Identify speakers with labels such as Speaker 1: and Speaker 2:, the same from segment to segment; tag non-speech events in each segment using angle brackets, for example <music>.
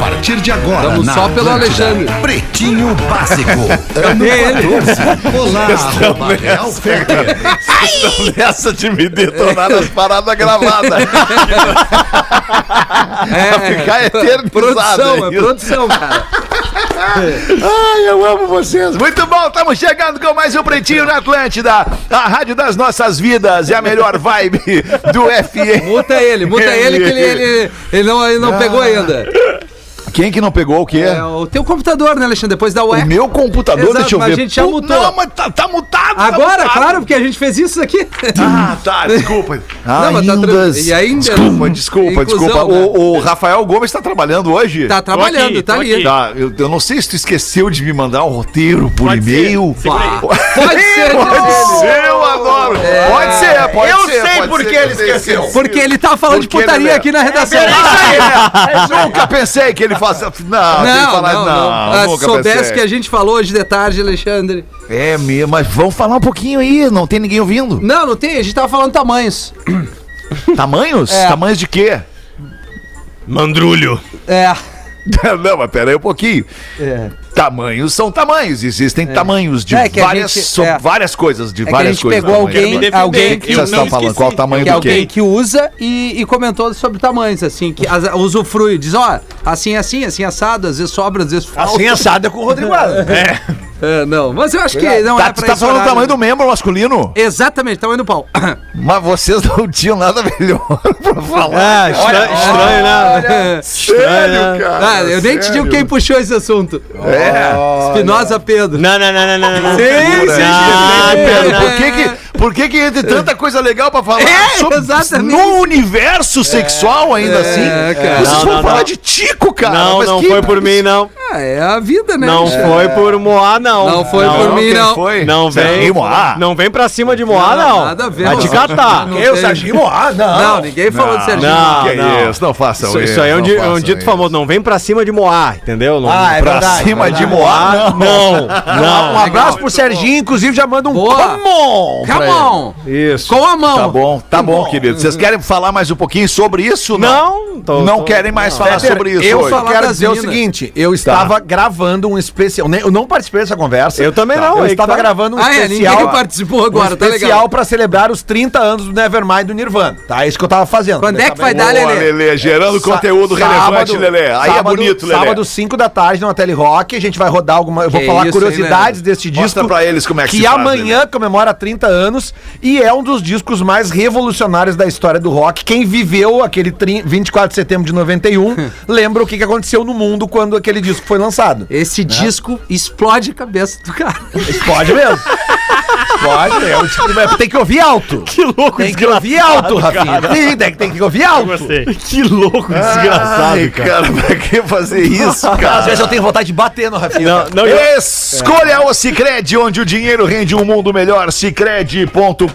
Speaker 1: A partir de agora,
Speaker 2: Vamos
Speaker 1: na
Speaker 2: só pelo
Speaker 1: Atlântida,
Speaker 2: Alexandre.
Speaker 1: Pretinho Básico.
Speaker 2: <laughs>
Speaker 1: ano
Speaker 2: ele.
Speaker 1: 14. Olá,
Speaker 2: Tá,
Speaker 1: arroba Real Fetter.
Speaker 3: Essa de me
Speaker 2: <laughs>
Speaker 3: detonar nas paradas gravadas.
Speaker 2: É,
Speaker 3: Ficar eternizado.
Speaker 2: produção, é
Speaker 3: aí.
Speaker 2: produção, cara.
Speaker 3: Ai, eu amo vocês. Muito bom, estamos chegando com mais um Pretinho na Atlântida. A rádio das nossas vidas é a melhor vibe do FM.
Speaker 2: Muta ele, muta ele que ele, ele, ele não, ele não
Speaker 3: Ah.
Speaker 2: pegou ainda.
Speaker 3: Quem que não pegou o quê?
Speaker 2: É o teu computador, né, Alexandre? Depois da
Speaker 3: O
Speaker 2: UE.
Speaker 3: meu computador,
Speaker 2: Exato,
Speaker 3: deixa eu ver.
Speaker 2: mas a gente já
Speaker 3: Pô,
Speaker 2: mutou.
Speaker 3: Não, mas tá, tá mutado. tá
Speaker 2: Agora,
Speaker 3: mutado.
Speaker 2: claro, porque a gente fez isso aqui.
Speaker 3: Ah, tá, <laughs> desculpa.
Speaker 2: Não, mas tá
Speaker 3: Ainda-
Speaker 2: tranquilo. E ainda-
Speaker 3: Desculpa, desculpa,
Speaker 2: Inclusão,
Speaker 3: desculpa.
Speaker 2: né?
Speaker 3: O, o Rafael Gomes tá trabalhando hoje?
Speaker 2: Tá trabalhando,
Speaker 4: aqui,
Speaker 2: tá
Speaker 4: tô
Speaker 2: ali.
Speaker 4: aqui.
Speaker 3: Tá, eu, eu não sei se tu esqueceu de me mandar um roteiro por
Speaker 4: Pode ser.
Speaker 3: e-mail.
Speaker 4: Segura
Speaker 3: <laughs>
Speaker 4: aí.
Speaker 2: Pode ser,
Speaker 3: Pode
Speaker 2: Diego.
Speaker 3: ser, eu adoro. Pode ser, pode
Speaker 4: Eu
Speaker 3: ser.
Speaker 4: sei
Speaker 3: pode
Speaker 4: por
Speaker 3: ser
Speaker 4: que ele
Speaker 3: você
Speaker 4: esqueceu.
Speaker 2: Porque ele tava falando
Speaker 3: Porque
Speaker 2: de putaria
Speaker 3: ele- é.
Speaker 2: aqui na redação.
Speaker 3: né?
Speaker 2: <laughs>
Speaker 3: Nunca pensei que ele fazia. Não, tem que
Speaker 2: Não,
Speaker 3: falar,
Speaker 2: não, não. Ah, Se
Speaker 3: nunca
Speaker 2: soubesse
Speaker 3: pensei.
Speaker 2: que a gente falou hoje de tarde, Alexandre.
Speaker 3: É mesmo, mas vamos falar um pouquinho aí, não tem ninguém ouvindo.
Speaker 2: Não, não tem, a gente tava falando tamanhos.
Speaker 3: Tamanhos?
Speaker 2: É.
Speaker 3: Tamanhos de quê?
Speaker 4: Mandrulho.
Speaker 2: É.
Speaker 3: <laughs> não, mas pera aí um pouquinho.
Speaker 2: É.
Speaker 3: Tamanhos são tamanhos, existem tamanhos de
Speaker 2: É que a
Speaker 3: várias,
Speaker 2: gente-
Speaker 3: so-
Speaker 2: é.
Speaker 3: várias coisas, de
Speaker 2: que a
Speaker 3: várias
Speaker 2: gente
Speaker 3: coisas.
Speaker 2: pegou
Speaker 3: tamanhos.
Speaker 2: alguém-
Speaker 3: Quero me
Speaker 4: defender
Speaker 2: alguém-
Speaker 4: que
Speaker 3: que
Speaker 4: eu
Speaker 3: vocês
Speaker 4: não
Speaker 3: estão falando?
Speaker 4: esqueci.
Speaker 3: Qual o tamanho
Speaker 2: Que
Speaker 3: do
Speaker 2: alguém
Speaker 3: quê?
Speaker 2: que usa e, e comentou sobre tamanhos, assim, que as- usufrui, diz, ó, assim, assim, assim, assado, às vezes sobra, às vezes falta.
Speaker 4: Assim assada com o Rodrigo Alves. É.
Speaker 2: É, não, mas eu acho que não
Speaker 3: Tá,
Speaker 2: é
Speaker 3: tu
Speaker 2: pra
Speaker 3: tá
Speaker 2: esse
Speaker 3: falando do
Speaker 2: horário.
Speaker 3: tamanho do membro masculino?
Speaker 2: Exatamente, tamanho do pau.
Speaker 3: Mas vocês não tinham nada
Speaker 2: <laughs>
Speaker 3: melhor pra falar.
Speaker 4: Ah, estra- estranho, né?
Speaker 3: Sério, cara.
Speaker 2: Ah, eu nem te digo quem puxou esse assunto.
Speaker 3: É.
Speaker 2: Espinosa Pedro.
Speaker 4: Não, não, não, não, não, não.
Speaker 5: É,
Speaker 2: Sim, sim,
Speaker 4: Ah,
Speaker 2: sim,
Speaker 3: Pedro,
Speaker 2: sim.
Speaker 3: por que que, por que que entre tanta coisa legal pra falar
Speaker 2: É,
Speaker 3: sobre-
Speaker 2: exatamente.
Speaker 3: no universo sexual ainda assim?
Speaker 2: cara.
Speaker 3: Vocês
Speaker 4: Não,
Speaker 3: vão
Speaker 4: não,
Speaker 3: falar
Speaker 4: não.
Speaker 3: de tico, cara.
Speaker 4: Não,
Speaker 3: mas
Speaker 4: não
Speaker 3: que-
Speaker 4: foi por mim, não.
Speaker 2: Ah, é a vida, né?
Speaker 4: Não
Speaker 2: Alexandre?
Speaker 4: foi por Moá, não.
Speaker 2: Não foi por mim,
Speaker 3: quem
Speaker 2: não.
Speaker 3: Foi?
Speaker 4: Não vem.
Speaker 3: Serginho Moá.
Speaker 4: Não vem pra cima de Moá,
Speaker 2: Não,
Speaker 4: não.
Speaker 2: nada a ver,
Speaker 4: Vai
Speaker 2: não.
Speaker 4: te catar.
Speaker 2: Não Eu, tem.
Speaker 3: é
Speaker 2: Serginho
Speaker 4: Moá,
Speaker 2: Não, ninguém falou de Serginho.
Speaker 4: não.
Speaker 3: Que é isso? Não façam
Speaker 4: Isso,
Speaker 3: isso.
Speaker 4: isso aí é um,
Speaker 3: não
Speaker 4: di- é um
Speaker 3: façam
Speaker 4: dito
Speaker 3: isso.
Speaker 4: famoso. Não vem pra cima de Moá, entendeu? Não,
Speaker 6: Ah, é
Speaker 3: Pra
Speaker 6: verdade. Ah,
Speaker 3: cima de Moá,
Speaker 4: Moá,
Speaker 3: Tá. não.
Speaker 4: não. Não.
Speaker 6: Um abraço pro Serginho, inclusive já manda um
Speaker 2: Boa.
Speaker 6: come on. pra
Speaker 2: Come
Speaker 6: ele.
Speaker 2: on.
Speaker 4: Isso.
Speaker 2: Com a mão.
Speaker 3: Tá bom, tá bom, querido. Vocês querem falar mais um pouquinho sobre isso?
Speaker 4: Não, tô-
Speaker 3: não
Speaker 4: tô-
Speaker 3: querem mais falar
Speaker 6: Peter,
Speaker 3: sobre isso
Speaker 6: eu
Speaker 3: hoje.
Speaker 6: só
Speaker 2: Falar
Speaker 6: quero
Speaker 2: das
Speaker 6: dizer o
Speaker 2: minas.
Speaker 6: seguinte, eu estava gravando um especial, nem- eu não participei dessa conversa.
Speaker 4: Eu também
Speaker 6: Eu
Speaker 4: não, aí que
Speaker 6: estava
Speaker 4: tá.
Speaker 6: gravando um
Speaker 2: ah, é,
Speaker 6: especial,
Speaker 2: ninguém participou agora,
Speaker 6: um
Speaker 2: tá legal.
Speaker 6: especial para celebrar os 30 anos do Nevermind do Nirvana. Tá, é isso que eu tava fazendo.
Speaker 2: Quando é que vai dar,
Speaker 3: Boa,
Speaker 2: Lelê?
Speaker 3: Lelê, gerando
Speaker 6: Sa-
Speaker 3: conteúdo
Speaker 6: sábado-
Speaker 3: relevante, Lelê. Aí é
Speaker 6: sábado-
Speaker 3: bonito, Lelê.
Speaker 6: Sábado, 5 da tarde, na Tele Rock, a gente vai rodar alguma. Eu vou
Speaker 2: Que
Speaker 6: falar
Speaker 2: isso,
Speaker 6: curiosidades
Speaker 2: hein,
Speaker 6: deste disco.
Speaker 3: Mostra pra eles como é que
Speaker 6: que
Speaker 3: se faz,
Speaker 6: amanhã comemora 30 anos e é um dos discos mais revolucionários da história do rock. Quem viveu aquele tri- 24 de setembro de 91 lembra o que que aconteceu no mundo quando aquele disco foi lançado.
Speaker 2: Esse disco explode a cabeça do cara.
Speaker 6: Pode mesmo. Pode, é um disco- mas tem que ouvir alto.
Speaker 4: Que louco
Speaker 6: Tem que ouvir alto, Rafinha. Tem, tem- tem que ouvir alto.
Speaker 4: Que louco desgraçado,
Speaker 3: Ai,
Speaker 4: cara.
Speaker 3: cara, pra que fazer isso,
Speaker 6: <laughs>
Speaker 3: cara?
Speaker 6: Às vezes eu tenho vontade de bater no Rafinha.
Speaker 4: Não, não,
Speaker 6: um
Speaker 4: eu-
Speaker 3: Escolha o Cicred, onde o dinheiro rende um mundo melhor. Cicred.com.br.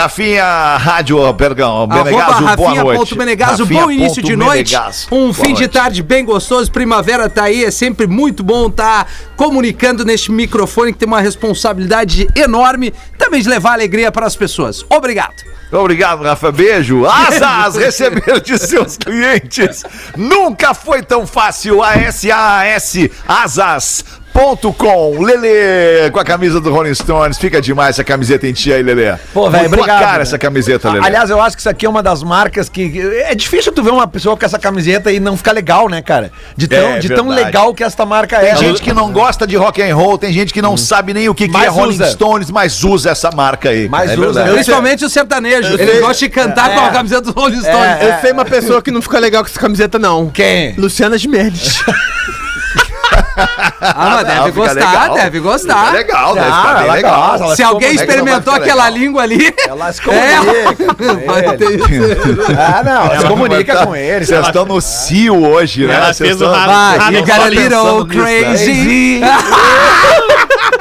Speaker 3: Rafinha, Rádio Bergão, Benegaso,
Speaker 2: Arroba
Speaker 3: boa
Speaker 2: Rafinha
Speaker 3: noite.
Speaker 2: ponto Menegaso, bom início de noite. Um fim
Speaker 3: tarde.
Speaker 2: de tarde bem gostoso. Primavera tá aí, é sempre muito bom estar comunicando neste microfone que tem uma responsabilidade enorme também de levar alegria para as pessoas. Obrigado.
Speaker 3: Obrigado, Rafa. Beijo. Asas
Speaker 6: <laughs>
Speaker 3: receber de seus clientes. Nunca foi tão fácil. ASAS Asas.com. Lele, com a camisa do Rolling Stones. Fica demais essa camiseta em ti aí, Lele.
Speaker 6: Pô, velho,
Speaker 3: Muito tua
Speaker 6: obrigado,
Speaker 3: cara
Speaker 6: né?
Speaker 3: essa camiseta, Lele.
Speaker 6: Aliás, eu acho que isso aqui é uma das marcas que. que- É difícil tu ver uma pessoa com essa camiseta e não ficar legal, né, cara? De tão,
Speaker 3: É,
Speaker 6: de tão
Speaker 3: verdade.
Speaker 6: legal que esta marca é.
Speaker 3: tem gente que não gosta de rock and roll, tem gente que não sabe nem o que, que
Speaker 6: Hum. Mas
Speaker 3: é Rolling
Speaker 6: usa.
Speaker 3: Stones, mas usa essa marca aí.
Speaker 6: Mas
Speaker 3: cara, É
Speaker 6: usa.
Speaker 4: É.
Speaker 3: verdade.
Speaker 2: Principalmente o sertanejo. Ele gosta de cantar com a camiseta do Rolling Stones.
Speaker 6: É.
Speaker 4: Eu sei uma pessoa que não fica legal com essa camiseta, não.
Speaker 6: Quem?
Speaker 4: Luciana Gimenez.
Speaker 2: Ah, mas
Speaker 3: Não,
Speaker 2: deve
Speaker 3: fica
Speaker 2: gostar,
Speaker 3: legal.
Speaker 2: deve gostar.
Speaker 3: Fica
Speaker 4: é
Speaker 3: legal, deve
Speaker 6: Ah,
Speaker 3: ficar bem
Speaker 6: ela
Speaker 3: legal.
Speaker 6: gosta, ela
Speaker 2: Se alguém
Speaker 3: como é que não vai
Speaker 2: experimentou
Speaker 3: ficar
Speaker 2: aquela
Speaker 3: legal?
Speaker 2: língua ali.
Speaker 6: Ela se
Speaker 2: É. <laughs> Vai ter isso.
Speaker 3: <laughs>
Speaker 6: Ah, não. Ela se comunica
Speaker 3: Tá-
Speaker 6: com ele.
Speaker 3: Vocês estão no cio hoje, né?
Speaker 4: Ela
Speaker 3: Vocês
Speaker 4: fez o
Speaker 2: Ah,
Speaker 3: estão-
Speaker 4: rabo-
Speaker 2: Vai,
Speaker 4: Ah,
Speaker 2: you
Speaker 4: não,
Speaker 2: got
Speaker 4: só
Speaker 2: a little
Speaker 3: pensando nisso, né?
Speaker 2: crazy.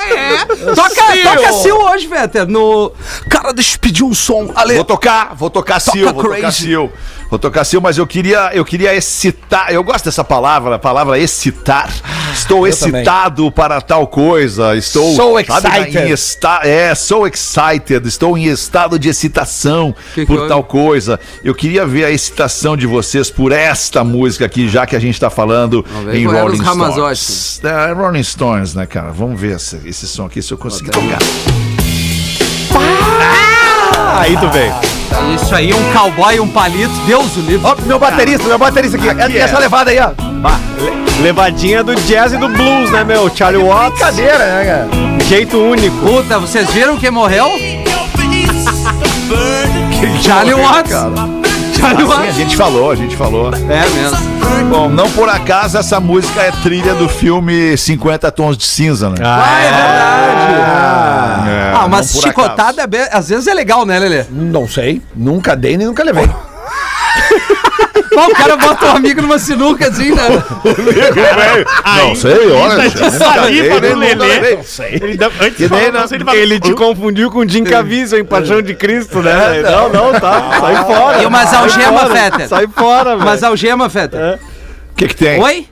Speaker 2: É. Toca, toca Seal hoje, Vetter. No... Cara, deixa eu pedir um som. Ale...
Speaker 3: Vou tocar, vou tocar
Speaker 2: Toca
Speaker 3: Sil, vou tocar
Speaker 2: Crazy.
Speaker 3: Sil. Vou tocar Sil, mas eu queria, eu queria excitar. Eu gosto dessa palavra, a palavra excitar. Estou excitado para tal coisa. Estou
Speaker 6: So
Speaker 3: sabe,
Speaker 6: excited.
Speaker 3: Em esta, é, sou excited. Estou em estado de excitação
Speaker 2: Que
Speaker 3: por
Speaker 2: coisa.
Speaker 3: tal coisa. Eu queria ver a excitação de vocês por esta música aqui, já que a gente está falando
Speaker 2: Vamos ver
Speaker 3: em
Speaker 2: qual era
Speaker 3: Rolling
Speaker 2: os Ramazotti.
Speaker 3: Stones. É, Rolling Stones, né, cara? Vamos ver esse, esse som aqui se eu conseguir
Speaker 2: Bota aí.
Speaker 3: tocar.
Speaker 6: Aí tu veio.
Speaker 2: Isso aí, um cowboy, um palito. Deus o livre.
Speaker 6: Ó, meu baterista, meu baterista aqui.
Speaker 3: Aqui
Speaker 6: Essa
Speaker 3: é.
Speaker 6: levada aí, ó.
Speaker 4: Levadinha do jazz e do blues, né, meu? Charlie Watts,
Speaker 6: Cadeira, né, cara?
Speaker 4: jeito único.
Speaker 2: Puta, vocês viram quem morreu? Charlie Watts.
Speaker 3: Sim,
Speaker 2: Charlie
Speaker 3: a
Speaker 2: Watts.
Speaker 3: gente falou, a gente falou.
Speaker 2: É mesmo.
Speaker 3: Bom, não por acaso essa música é trilha do filme 50 Tons de Cinza, né?
Speaker 2: Ah, é verdade.
Speaker 3: É,
Speaker 2: Ah,
Speaker 3: não
Speaker 2: mas
Speaker 3: por
Speaker 2: chicotada, é be- às vezes é legal, né, Lelê?
Speaker 6: Não sei. Nunca dei nem nunca levei.
Speaker 2: Pô, o cara bota o amigo numa sinuca assim, <laughs> né?
Speaker 3: acaso. Não sei, olha.
Speaker 2: é
Speaker 5: Tá de saliva do
Speaker 3: né?
Speaker 5: Lelê.
Speaker 3: Não sei.
Speaker 5: Ele dá- Antes
Speaker 3: Que
Speaker 5: de
Speaker 3: nem
Speaker 5: falar
Speaker 3: na-
Speaker 5: pra você, ele fala,
Speaker 4: Ele te
Speaker 5: "Hum,
Speaker 4: confundiu com o Jim Caviezel em
Speaker 3: É.
Speaker 4: Paixão de Cristo, né? Não,
Speaker 3: então.
Speaker 4: não, tá.
Speaker 3: Ah.
Speaker 4: Sai fora.
Speaker 2: E umas algemas,
Speaker 4: Sai fora,
Speaker 2: Fetter.
Speaker 4: Sai fora, velho.
Speaker 2: Mas algema, Feta.
Speaker 3: O que que tem?
Speaker 2: Oi?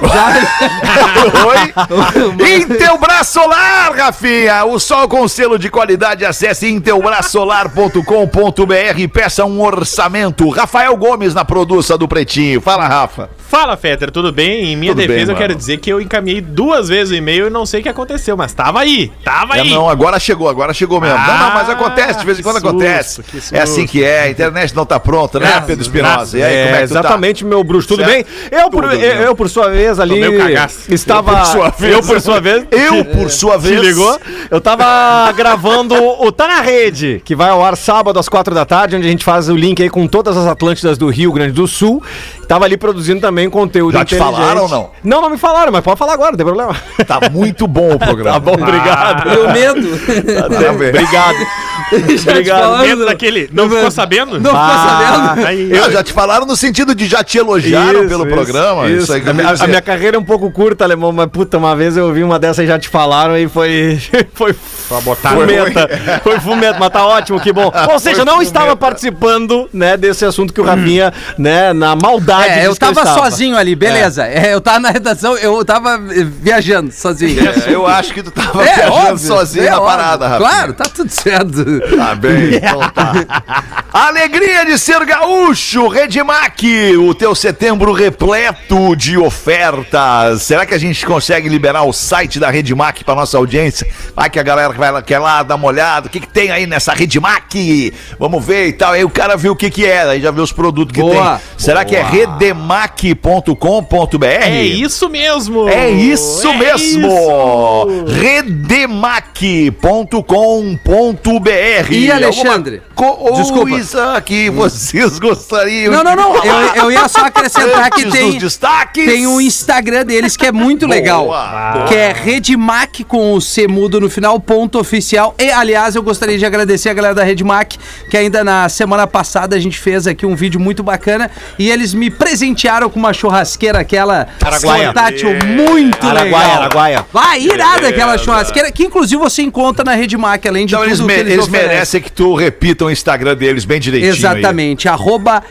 Speaker 2: Já...
Speaker 3: <laughs>
Speaker 2: <laughs>
Speaker 3: Oi? Intelbras Solar, Rafinha! O sol com selo de qualidade, acesse intelbrasolar.com.br e peça um orçamento. Rafael Gomes na produção do Pretinho. Fala, Rafa.
Speaker 5: Fala, Fetter, tudo bem? Em minha
Speaker 3: Tudo bem,
Speaker 5: defesa, eu
Speaker 3: mano.
Speaker 5: quero dizer que eu encaminhei duas vezes o e-mail e não sei o que aconteceu, mas tava aí, tava
Speaker 3: É,
Speaker 5: aí.
Speaker 3: não, agora chegou, agora chegou mesmo. não, não, mas
Speaker 5: Ah,
Speaker 3: acontece, de vez em
Speaker 5: que
Speaker 3: quando
Speaker 5: susto,
Speaker 3: acontece.
Speaker 5: que susto.
Speaker 3: É assim que é, a internet não tá pronta, né, Pedro Espinosa? E aí,
Speaker 4: É,
Speaker 3: como é que tu tá?
Speaker 4: exatamente, meu bruxo. Tudo
Speaker 3: Certo?
Speaker 4: bem? Eu, por,
Speaker 3: Tudo
Speaker 4: eu,
Speaker 3: bem.
Speaker 4: eu, por sua vez, ali.
Speaker 5: Tomei um cagaço.
Speaker 4: Estava. Eu, por sua vez. Eu,
Speaker 3: Eu, por sua
Speaker 4: Te
Speaker 3: vez.
Speaker 4: ligou? Eu tava gravando o Tá na Rede, que vai ao ar sábado às quatro da tarde, onde a gente faz o link aí com todas as Atlântidas do Rio Grande do Sul. Tava ali produzindo também conteúdo
Speaker 3: Já te
Speaker 4: inteligente.
Speaker 3: falaram ou não?
Speaker 4: Não, não me falaram, mas pode falar agora, não
Speaker 3: <laughs>
Speaker 4: tem problema.
Speaker 3: Tá muito bom o programa.
Speaker 4: <laughs>
Speaker 3: Ah, tá
Speaker 4: Tá bom, obrigado.
Speaker 2: E o medo?
Speaker 3: Parabéns.
Speaker 4: Obrigado.
Speaker 2: <laughs> Já
Speaker 4: Obrigado.
Speaker 5: Dentro daquele. Não ficou sabendo?
Speaker 2: Não ficou sabendo?
Speaker 5: Aí,
Speaker 3: Ah, já te falaram no sentido de já te elogiaram
Speaker 4: Isso,
Speaker 3: pelo
Speaker 4: isso,
Speaker 3: programa?
Speaker 4: Isso.
Speaker 3: aí que
Speaker 4: a,
Speaker 3: eu
Speaker 4: minha-
Speaker 3: quis
Speaker 4: a
Speaker 3: dizer.
Speaker 4: minha carreira é um pouco curta, alemão, mas puta, uma vez eu ouvi uma dessa e já te falaram e foi. <laughs> foi
Speaker 3: tá
Speaker 4: fumeta. Foi fumeta, mas tá ótimo, que
Speaker 3: <laughs>
Speaker 4: bom. Ou seja, eu não estava participando né, desse assunto que o Rafinha, né, na maldade.
Speaker 2: É, eu
Speaker 4: disse que
Speaker 2: tava
Speaker 4: estava.
Speaker 2: sozinho ali, beleza. É, eu tava na redação, eu tava eh, viajando sozinho.
Speaker 3: É, eu acho que tu tava
Speaker 2: É,
Speaker 3: viajando
Speaker 2: óbvio,
Speaker 3: sozinho
Speaker 2: é
Speaker 3: na
Speaker 2: óbvio.
Speaker 3: parada, Rafa.
Speaker 2: Claro, tá tudo certo.
Speaker 3: Tá
Speaker 2: <laughs>
Speaker 3: bem, então tá. Alegria de ser gaúcho, Redmac, o teu setembro repleto de ofertas. Será que a gente consegue liberar o site da Redmac para nossa audiência? Vai que a galera vai lá, quer lá dar uma olhada, o que, que tem aí nessa Redmac? Vamos ver e tal. Aí o cara viu o que que é, aí já viu os produtos que
Speaker 2: Boa.
Speaker 3: tem. Será que é redemac.com.br?
Speaker 5: É isso mesmo!
Speaker 3: É isso
Speaker 5: É
Speaker 3: mesmo!
Speaker 5: isso.
Speaker 3: Redemac.com.br
Speaker 2: E, Alexandre,
Speaker 3: Alguma co-
Speaker 2: desculpa.
Speaker 3: Coisa que vocês gostariam
Speaker 2: Não, não, não.
Speaker 3: de falar
Speaker 2: Eu, eu ia só acrescentar que
Speaker 3: antes
Speaker 2: tem.
Speaker 3: dos destaques?
Speaker 2: Tem um Instagram deles que é muito legal.
Speaker 3: Boa.
Speaker 2: Que é Redmac com o C mudo no final, ponto oficial. E, aliás, eu gostaria de agradecer a galera da Redmac, que ainda na semana passada a gente fez aqui um vídeo muito bacana. E eles me presentearam com uma churrasqueira, aquela
Speaker 4: Araguaia.
Speaker 2: portátil muito
Speaker 4: Araguaia,
Speaker 2: legal.
Speaker 4: Araguaia.
Speaker 2: Vai, irada aquela churrasqueira, que inclusive você encontra na Redmac, além de
Speaker 3: Então eles,
Speaker 2: tudo
Speaker 3: me-
Speaker 2: que
Speaker 3: eles,
Speaker 2: oferecem.
Speaker 3: merecem que tu repita o Instagram deles bem direitinho. aí.
Speaker 2: Exatamente. Arroba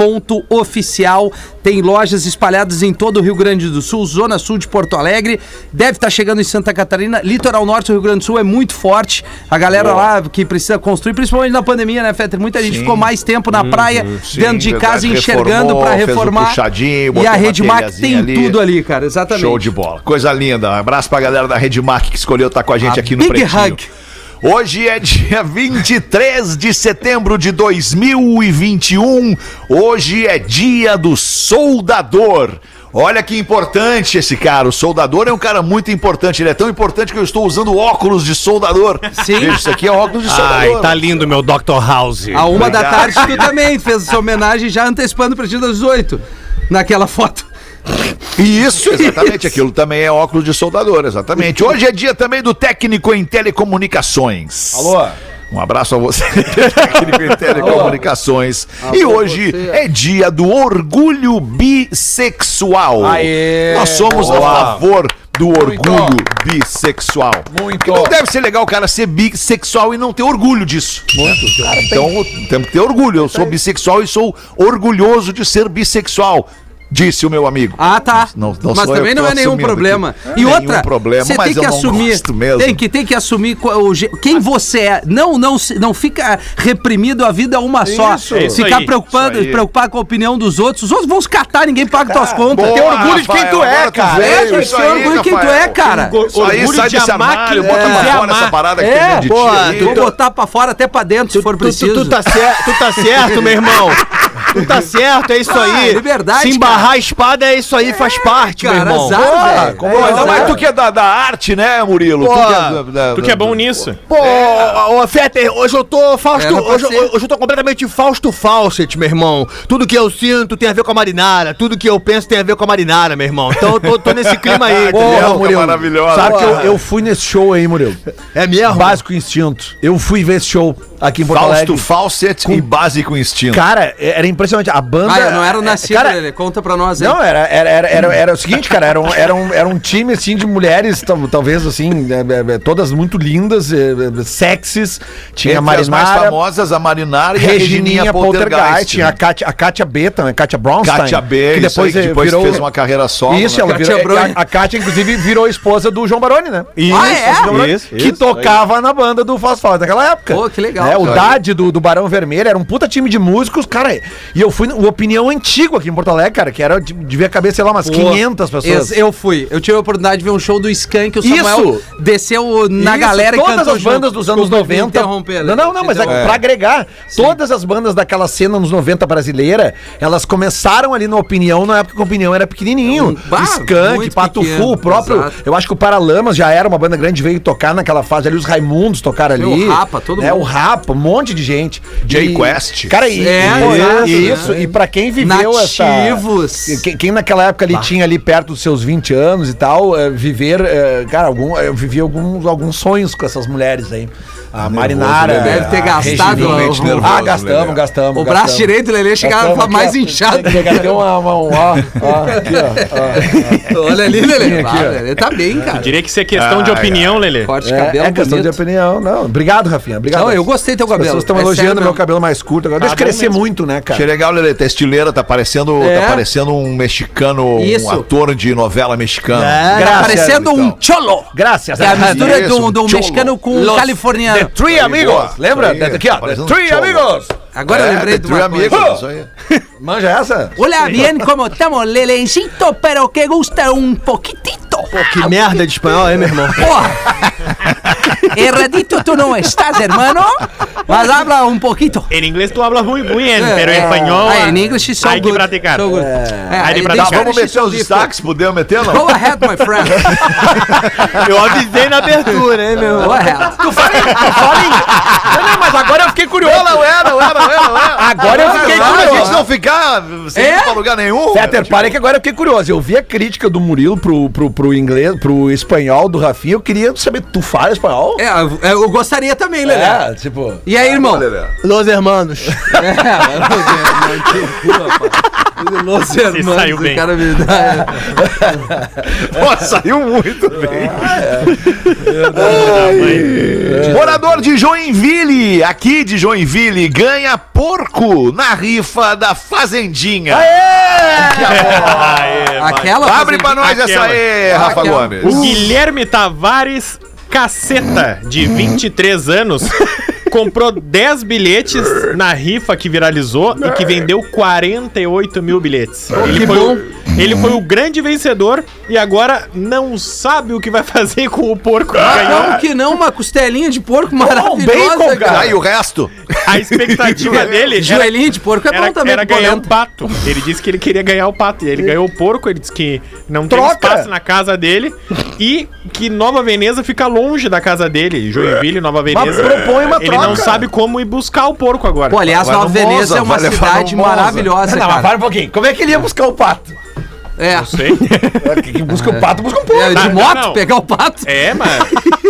Speaker 2: redmac.oficial. Tem lojas espalhadas em todo o Rio Grande do Sul, Zona Sul de Porto Alegre. Deve estar chegando em Santa Catarina. Litoral Norte do Rio Grande do Sul é muito forte. A galera lá que precisa construir, principalmente na pandemia, né, Fetter? Muita gente ficou mais tempo na praia,
Speaker 3: Uhum, sim,
Speaker 2: dentro de casa,
Speaker 3: verdade.
Speaker 2: enxergando
Speaker 3: Reformou,
Speaker 2: para
Speaker 3: fez um
Speaker 2: reformar.
Speaker 3: puxadinho,
Speaker 2: e
Speaker 3: botou
Speaker 2: a
Speaker 3: uma
Speaker 2: Redmac tem
Speaker 3: telhazinha ali.
Speaker 2: tudo ali, cara. Exatamente.
Speaker 3: Show de bola. Coisa linda. Um abraço pra galera da Redmac que escolheu estar com a gente
Speaker 2: A
Speaker 3: aqui no
Speaker 2: Big
Speaker 3: Pretinho.
Speaker 2: Hug.
Speaker 3: Hoje é dia <laughs> 23 de setembro de 2021. Hoje é dia do soldador. Olha que importante esse cara. O soldador é um cara muito importante. Ele é tão importante que eu estou usando óculos de soldador.
Speaker 2: Sim.
Speaker 3: Veja, Isso aqui é óculos de soldador.
Speaker 5: Ai, tá lindo, meu Dr. House.
Speaker 2: A uma da tarde tu também fez essa homenagem já antecipando para o dia das 18, naquela foto.
Speaker 3: Isso, exatamente. Aquilo também é óculos de soldador, exatamente. Hoje é dia também do técnico em telecomunicações.
Speaker 6: Alô?
Speaker 3: Um abraço a você, <laughs> técnico em telecomunicações. e hoje é dia do orgulho bissexual.
Speaker 6: Aê!
Speaker 3: Nós somos a favor do orgulho bissexual.
Speaker 6: Muito.
Speaker 3: Porque não deve ser legal o cara ser bissexual e não ter orgulho disso. Muito. então temos que ter orgulho. Eu sou bissexual e sou orgulhoso de ser bissexual. Disse o meu amigo.
Speaker 2: Ah, tá.
Speaker 3: Não- não
Speaker 2: mas
Speaker 3: sou eu
Speaker 2: também
Speaker 3: que tô
Speaker 2: não é nenhum
Speaker 3: assumindo
Speaker 2: problema.
Speaker 3: aqui. é
Speaker 2: E
Speaker 3: Nenhum
Speaker 2: outra,
Speaker 3: problema,
Speaker 2: você
Speaker 3: mas
Speaker 2: tem que
Speaker 3: eu não
Speaker 2: assumir.
Speaker 3: gosto mesmo.
Speaker 2: Tem que tem que assumir qual- o je- quem você é. Não, não, se- não fica reprimido a vida uma só.
Speaker 6: Isso. É
Speaker 5: isso
Speaker 2: Ficar
Speaker 5: aí,
Speaker 2: preocupado,
Speaker 5: isso aí.
Speaker 2: preocupado com a opinião dos outros. Os outros vão se catar, ninguém paga tuas contas.
Speaker 3: Ah, Boa,
Speaker 6: Tem orgulho de quem
Speaker 3: Rafael,
Speaker 6: tu é,
Speaker 3: agora
Speaker 6: cara.
Speaker 3: veio,
Speaker 2: É, tem que
Speaker 3: isso
Speaker 2: ter
Speaker 3: aí,
Speaker 2: orgulho de quem tu
Speaker 3: Rafael.
Speaker 2: é, cara.
Speaker 3: Isso aí, sai desse armário, bota pra fora essa parada que
Speaker 2: É,
Speaker 3: vem de ti
Speaker 2: pô,
Speaker 3: aí.
Speaker 2: vou botar pra fora até pra dentro, se for
Speaker 4: Tu, tu,
Speaker 2: preciso.
Speaker 4: tu tá certo, tu tá certo, meu irmão. Tu tá certo, é isso
Speaker 2: Ah,
Speaker 4: aí.
Speaker 2: liberdade,
Speaker 4: Se embarrar a espada é isso aí, faz
Speaker 3: assim,
Speaker 4: parte,
Speaker 2: Cara,
Speaker 4: meu irmão.
Speaker 2: azar,
Speaker 4: Pô,
Speaker 2: velho.
Speaker 4: como-
Speaker 3: Pô, ainda
Speaker 2: exato.
Speaker 3: mais tu que tá- é da, da arte, né, Murilo?
Speaker 4: Pô,
Speaker 3: da- da-
Speaker 5: Tu que é bom nisso.
Speaker 4: Pô, ô, ô, Fetter, hoje eu tô Fausto.
Speaker 2: É, não
Speaker 4: hoje,
Speaker 2: pode ser.
Speaker 4: eu- hoje eu tô completamente Fausto Fawcett, meu irmão. Tudo que eu sinto tem a ver com a marinara. Tudo que eu penso tem a ver com a marinara, meu irmão. Então eu tô, tô nesse
Speaker 2: <laughs>
Speaker 4: clima aí.
Speaker 3: Porra,
Speaker 4: entendeu?
Speaker 3: Murilo. maravilhosa.
Speaker 6: Sabe que eu, eu fui nesse show aí, Murilo.
Speaker 4: É mesmo?
Speaker 6: Básico Instinto. Eu fui ver esse show aqui em Porto
Speaker 3: Fausto
Speaker 6: Alegre.
Speaker 3: Fawcett e básico instinto.
Speaker 6: Cara, era impressionante. A banda.
Speaker 2: Ah, eu não era
Speaker 6: é,
Speaker 2: nascido,
Speaker 6: cara,
Speaker 2: Lelê. Conta pra nós aí. Ah,
Speaker 6: Não, era, era, era, era, era o seguinte, cara, era um, era um, era um time, assim, de mulheres, tal- talvez, assim, é, é, é, todas muito lindas, é, é, sexys. Tinha a
Speaker 3: as mais
Speaker 6: Marinara,
Speaker 3: famosas, a Marinara e
Speaker 6: Regininha,
Speaker 3: a Regininha Poltergeist.
Speaker 6: Poltergeist, tinha a
Speaker 3: né?
Speaker 6: Kátia, a Kátia B também, Kátia Brownstein.
Speaker 3: Kátia B,
Speaker 6: que
Speaker 3: isso aí,
Speaker 6: depois,
Speaker 3: que
Speaker 6: eh,
Speaker 3: depois
Speaker 6: virou...
Speaker 3: fez uma carreira solo.
Speaker 6: Isso, é.
Speaker 3: né?
Speaker 6: ela
Speaker 2: Kátia
Speaker 6: virou,
Speaker 2: Bruni.
Speaker 6: a, a Kátia, inclusive, virou esposa do João Baroni, né?
Speaker 4: Isso,
Speaker 2: Ah, é?
Speaker 4: isso,
Speaker 6: Baroni,
Speaker 4: isso,
Speaker 6: que tocava na banda do Fast Fala naquela época.
Speaker 2: Pô, que legal,
Speaker 6: É, o
Speaker 2: cara.
Speaker 6: Dade do, do Barão Vermelho era um puta time de músicos, cara. E eu fui no o Opinião Antigo aqui em Porto Alegre, cara, que era, de- devia caber, sei lá, umas 500 pessoas.
Speaker 2: Esse- eu fui. Eu tive a oportunidade de ver um show do Skank. O
Speaker 6: Isso!
Speaker 2: Samuel desceu na
Speaker 6: Isso,
Speaker 2: galera e
Speaker 6: todas
Speaker 2: cantou
Speaker 6: as bandas
Speaker 2: junto.
Speaker 6: dos anos
Speaker 2: Desculpa me
Speaker 6: 90.
Speaker 2: interromper, Então,
Speaker 6: Não, não, não,
Speaker 2: Te
Speaker 6: mas é,
Speaker 2: interromper.
Speaker 6: pra agregar, todas as bandas daquela cena nos 90 brasileira, elas começaram ali na Opinião, na época que a Opinião era pequenininho.
Speaker 2: É um- bah,
Speaker 6: Skank,
Speaker 2: muito
Speaker 6: Pato
Speaker 2: pequeno,
Speaker 6: Fu, o próprio,
Speaker 2: exato.
Speaker 6: eu acho que o Paralamas já era uma banda grande, veio tocar naquela fase ali, os Raimundos tocaram
Speaker 2: Foi
Speaker 6: ali.
Speaker 2: o Rapa, todo
Speaker 6: né,
Speaker 2: mundo.
Speaker 6: O Rapa, um monte de gente.
Speaker 3: Jay
Speaker 6: E-
Speaker 3: Quest.
Speaker 6: Cara, e,
Speaker 2: É,
Speaker 6: pô,
Speaker 2: exato,
Speaker 6: e
Speaker 2: né?
Speaker 6: isso, e pra quem viveu essa...
Speaker 2: Nativos.
Speaker 6: E Quem, quem naquela época ali tinha ali perto dos seus 20 anos e tal, eh, viver, eh, cara, algum, eu vivi alguns, alguns sonhos com essas mulheres aí. A Marinara.
Speaker 3: Lelê.
Speaker 2: Deve ter
Speaker 6: a
Speaker 2: gastado
Speaker 6: Regininha.
Speaker 2: o-
Speaker 3: né, nervoso, né,
Speaker 6: ah, gastamos,
Speaker 3: Lelê.
Speaker 6: gastamos.
Speaker 2: O braço
Speaker 6: gastamos.
Speaker 2: direito do Lelê chegava
Speaker 6: Gastamos
Speaker 2: pra
Speaker 6: aqui,
Speaker 2: mais
Speaker 6: ó.
Speaker 2: inchado.
Speaker 6: Pegar até uma, uma, um, ó, ó, aqui, ó,
Speaker 2: <laughs>
Speaker 6: ó.
Speaker 2: Olha ali, Lelê.
Speaker 6: Aqui,
Speaker 2: Ah,
Speaker 6: ó.
Speaker 2: Lelê tá bem, cara.
Speaker 5: Diria que isso é questão de opinião, Lelê.
Speaker 2: Corte de
Speaker 6: É,
Speaker 2: cabelo
Speaker 6: é questão de
Speaker 2: bonito.
Speaker 6: opinião, não. Obrigado, Rafinha. Obrigado.
Speaker 2: Não, eu gostei do teu
Speaker 6: As
Speaker 2: cabelo.
Speaker 6: pessoas estão
Speaker 2: É sério
Speaker 6: elogiando meu
Speaker 2: mesmo. Tá
Speaker 6: cabelo mais curto agora. Deixa
Speaker 5: bom
Speaker 6: crescer
Speaker 5: mesmo.
Speaker 6: muito, né,
Speaker 3: Achei
Speaker 6: cara?
Speaker 3: legal, Lelê. Tá estileira, tá parecendo,
Speaker 2: É.
Speaker 3: tá parecendo um mexicano,
Speaker 2: Isso.
Speaker 3: um ator de novela mexicana.
Speaker 2: Tá
Speaker 6: Graças,
Speaker 2: parecendo um
Speaker 3: então.
Speaker 2: cholo.
Speaker 6: Graças
Speaker 2: É a
Speaker 6: Rafinha.
Speaker 2: mistura de um,
Speaker 3: Isso,
Speaker 2: de um
Speaker 3: cholo.
Speaker 2: mexicano com um
Speaker 4: Los-
Speaker 2: californiano.
Speaker 6: Three Amigos,
Speaker 3: boa.
Speaker 6: lembra?
Speaker 3: Isso aí,
Speaker 6: Aqui, ó.
Speaker 3: tá parecendo
Speaker 6: Three
Speaker 3: um cholo.
Speaker 6: Amigos.
Speaker 2: Agora
Speaker 6: É,
Speaker 2: eu lembrei
Speaker 3: de
Speaker 2: de
Speaker 3: True
Speaker 2: uma
Speaker 3: Amigos,
Speaker 2: coisa.
Speaker 3: isso é aí.
Speaker 6: Manja essa?
Speaker 2: Hola,
Speaker 6: <laughs>
Speaker 2: bien, como estamos, Lelencito, pero que gusta um poquitito.
Speaker 4: Que merda de espanhol, hein, meu irmão?
Speaker 2: Porra! <laughs> Erradito tu não estás, hermano? Mas habla um pouquito.
Speaker 5: Em inglês tu hablas muito bem,
Speaker 4: é.
Speaker 5: pero em
Speaker 4: <laughs>
Speaker 5: espanhol.
Speaker 2: Ah, em inglês so
Speaker 5: Hay que
Speaker 2: good.
Speaker 5: praticar.
Speaker 2: So good. É,
Speaker 5: Aí de
Speaker 2: aí
Speaker 5: praticar.
Speaker 3: Tá,
Speaker 2: deixa
Speaker 3: vamos
Speaker 2: ele
Speaker 3: meter os
Speaker 2: se-
Speaker 3: destaques, podemos meter, não?
Speaker 2: Go ahead, my friend.
Speaker 4: Eu avisei
Speaker 3: <laughs>
Speaker 4: na <laughs> abertura, hein, meu irmão?
Speaker 2: Go ahead.
Speaker 4: Não, não, mas agora eu fiquei curioso.
Speaker 3: Não é, não é, não é, não é.
Speaker 6: Agora eu fiquei
Speaker 3: Ah, a
Speaker 6: curioso.
Speaker 3: gente não ficar sem
Speaker 2: É?
Speaker 3: ir pra lugar nenhum.
Speaker 6: Peter, para aí que agora eu fiquei curioso. Eu vi a crítica do Murilo pro, pro, pro inglês, pro espanhol do Rafinha. Eu queria saber, tu fala espanhol?
Speaker 2: É, eu- eu gostaria também,
Speaker 4: É,
Speaker 2: Lelé.
Speaker 4: né?
Speaker 6: tipo.
Speaker 2: E aí, irmão?
Speaker 4: Los
Speaker 2: <laughs>
Speaker 4: hermanos.
Speaker 2: É, Los Hermanos,
Speaker 5: saiu
Speaker 2: o
Speaker 5: bem.
Speaker 2: cara me dá- é.
Speaker 3: Pô, <laughs> saiu muito bem. Ai. Morador de Joinville, aqui de Joinville, ganha porco na rifa da Fazendinha.
Speaker 5: Aê, vai.
Speaker 2: Aquela.
Speaker 3: Abre pra
Speaker 2: fazendinha-
Speaker 3: nós essa
Speaker 5: Aquela.
Speaker 3: aí, Rafa
Speaker 2: Aquela.
Speaker 3: Gomes.
Speaker 5: O Guilherme Tavares Caceta, de 23 anos, comprou 10 bilhetes na rifa que viralizou e que vendeu 48 mil bilhetes. Ele foi, o, ele foi o grande vencedor e agora não sabe o que vai <laughs> fazer com o porco que ganhou.
Speaker 2: Como que não? Uma costelinha de porco maravilhosa,
Speaker 6: bacon,
Speaker 2: cara.
Speaker 3: Tá Aí o resto.
Speaker 5: A expectativa dele era,
Speaker 2: Joelhinho de porco é
Speaker 5: era,
Speaker 2: bom também.
Speaker 5: era
Speaker 2: com
Speaker 5: ganhar um
Speaker 2: polenta.
Speaker 5: pato. Ele disse que ele queria ganhar o pato. E ele ganhou o porco, ele disse que não
Speaker 6: Troca!
Speaker 5: tem espaço na casa dele e que Nova Veneza fica longe da casa dele. Joinville, Nova Veneza.
Speaker 6: propõe uma
Speaker 5: ele não
Speaker 6: troca.
Speaker 5: sabe como ir buscar o porco agora.
Speaker 2: Pô, aliás,
Speaker 3: Vai no
Speaker 2: Nova Veneza
Speaker 3: Monza,
Speaker 2: é uma
Speaker 3: vai levar no
Speaker 2: cidade
Speaker 3: Monza.
Speaker 2: maravilhosa,
Speaker 6: Não, mas
Speaker 2: cara.
Speaker 6: para um pouquinho. Como é que ele ia buscar o pato?
Speaker 2: É.
Speaker 5: Sei.
Speaker 6: Que busca o pato, busca um porco.
Speaker 2: É, de
Speaker 5: Não,
Speaker 2: moto,
Speaker 5: não.
Speaker 2: pegar o pato.
Speaker 5: É, mano.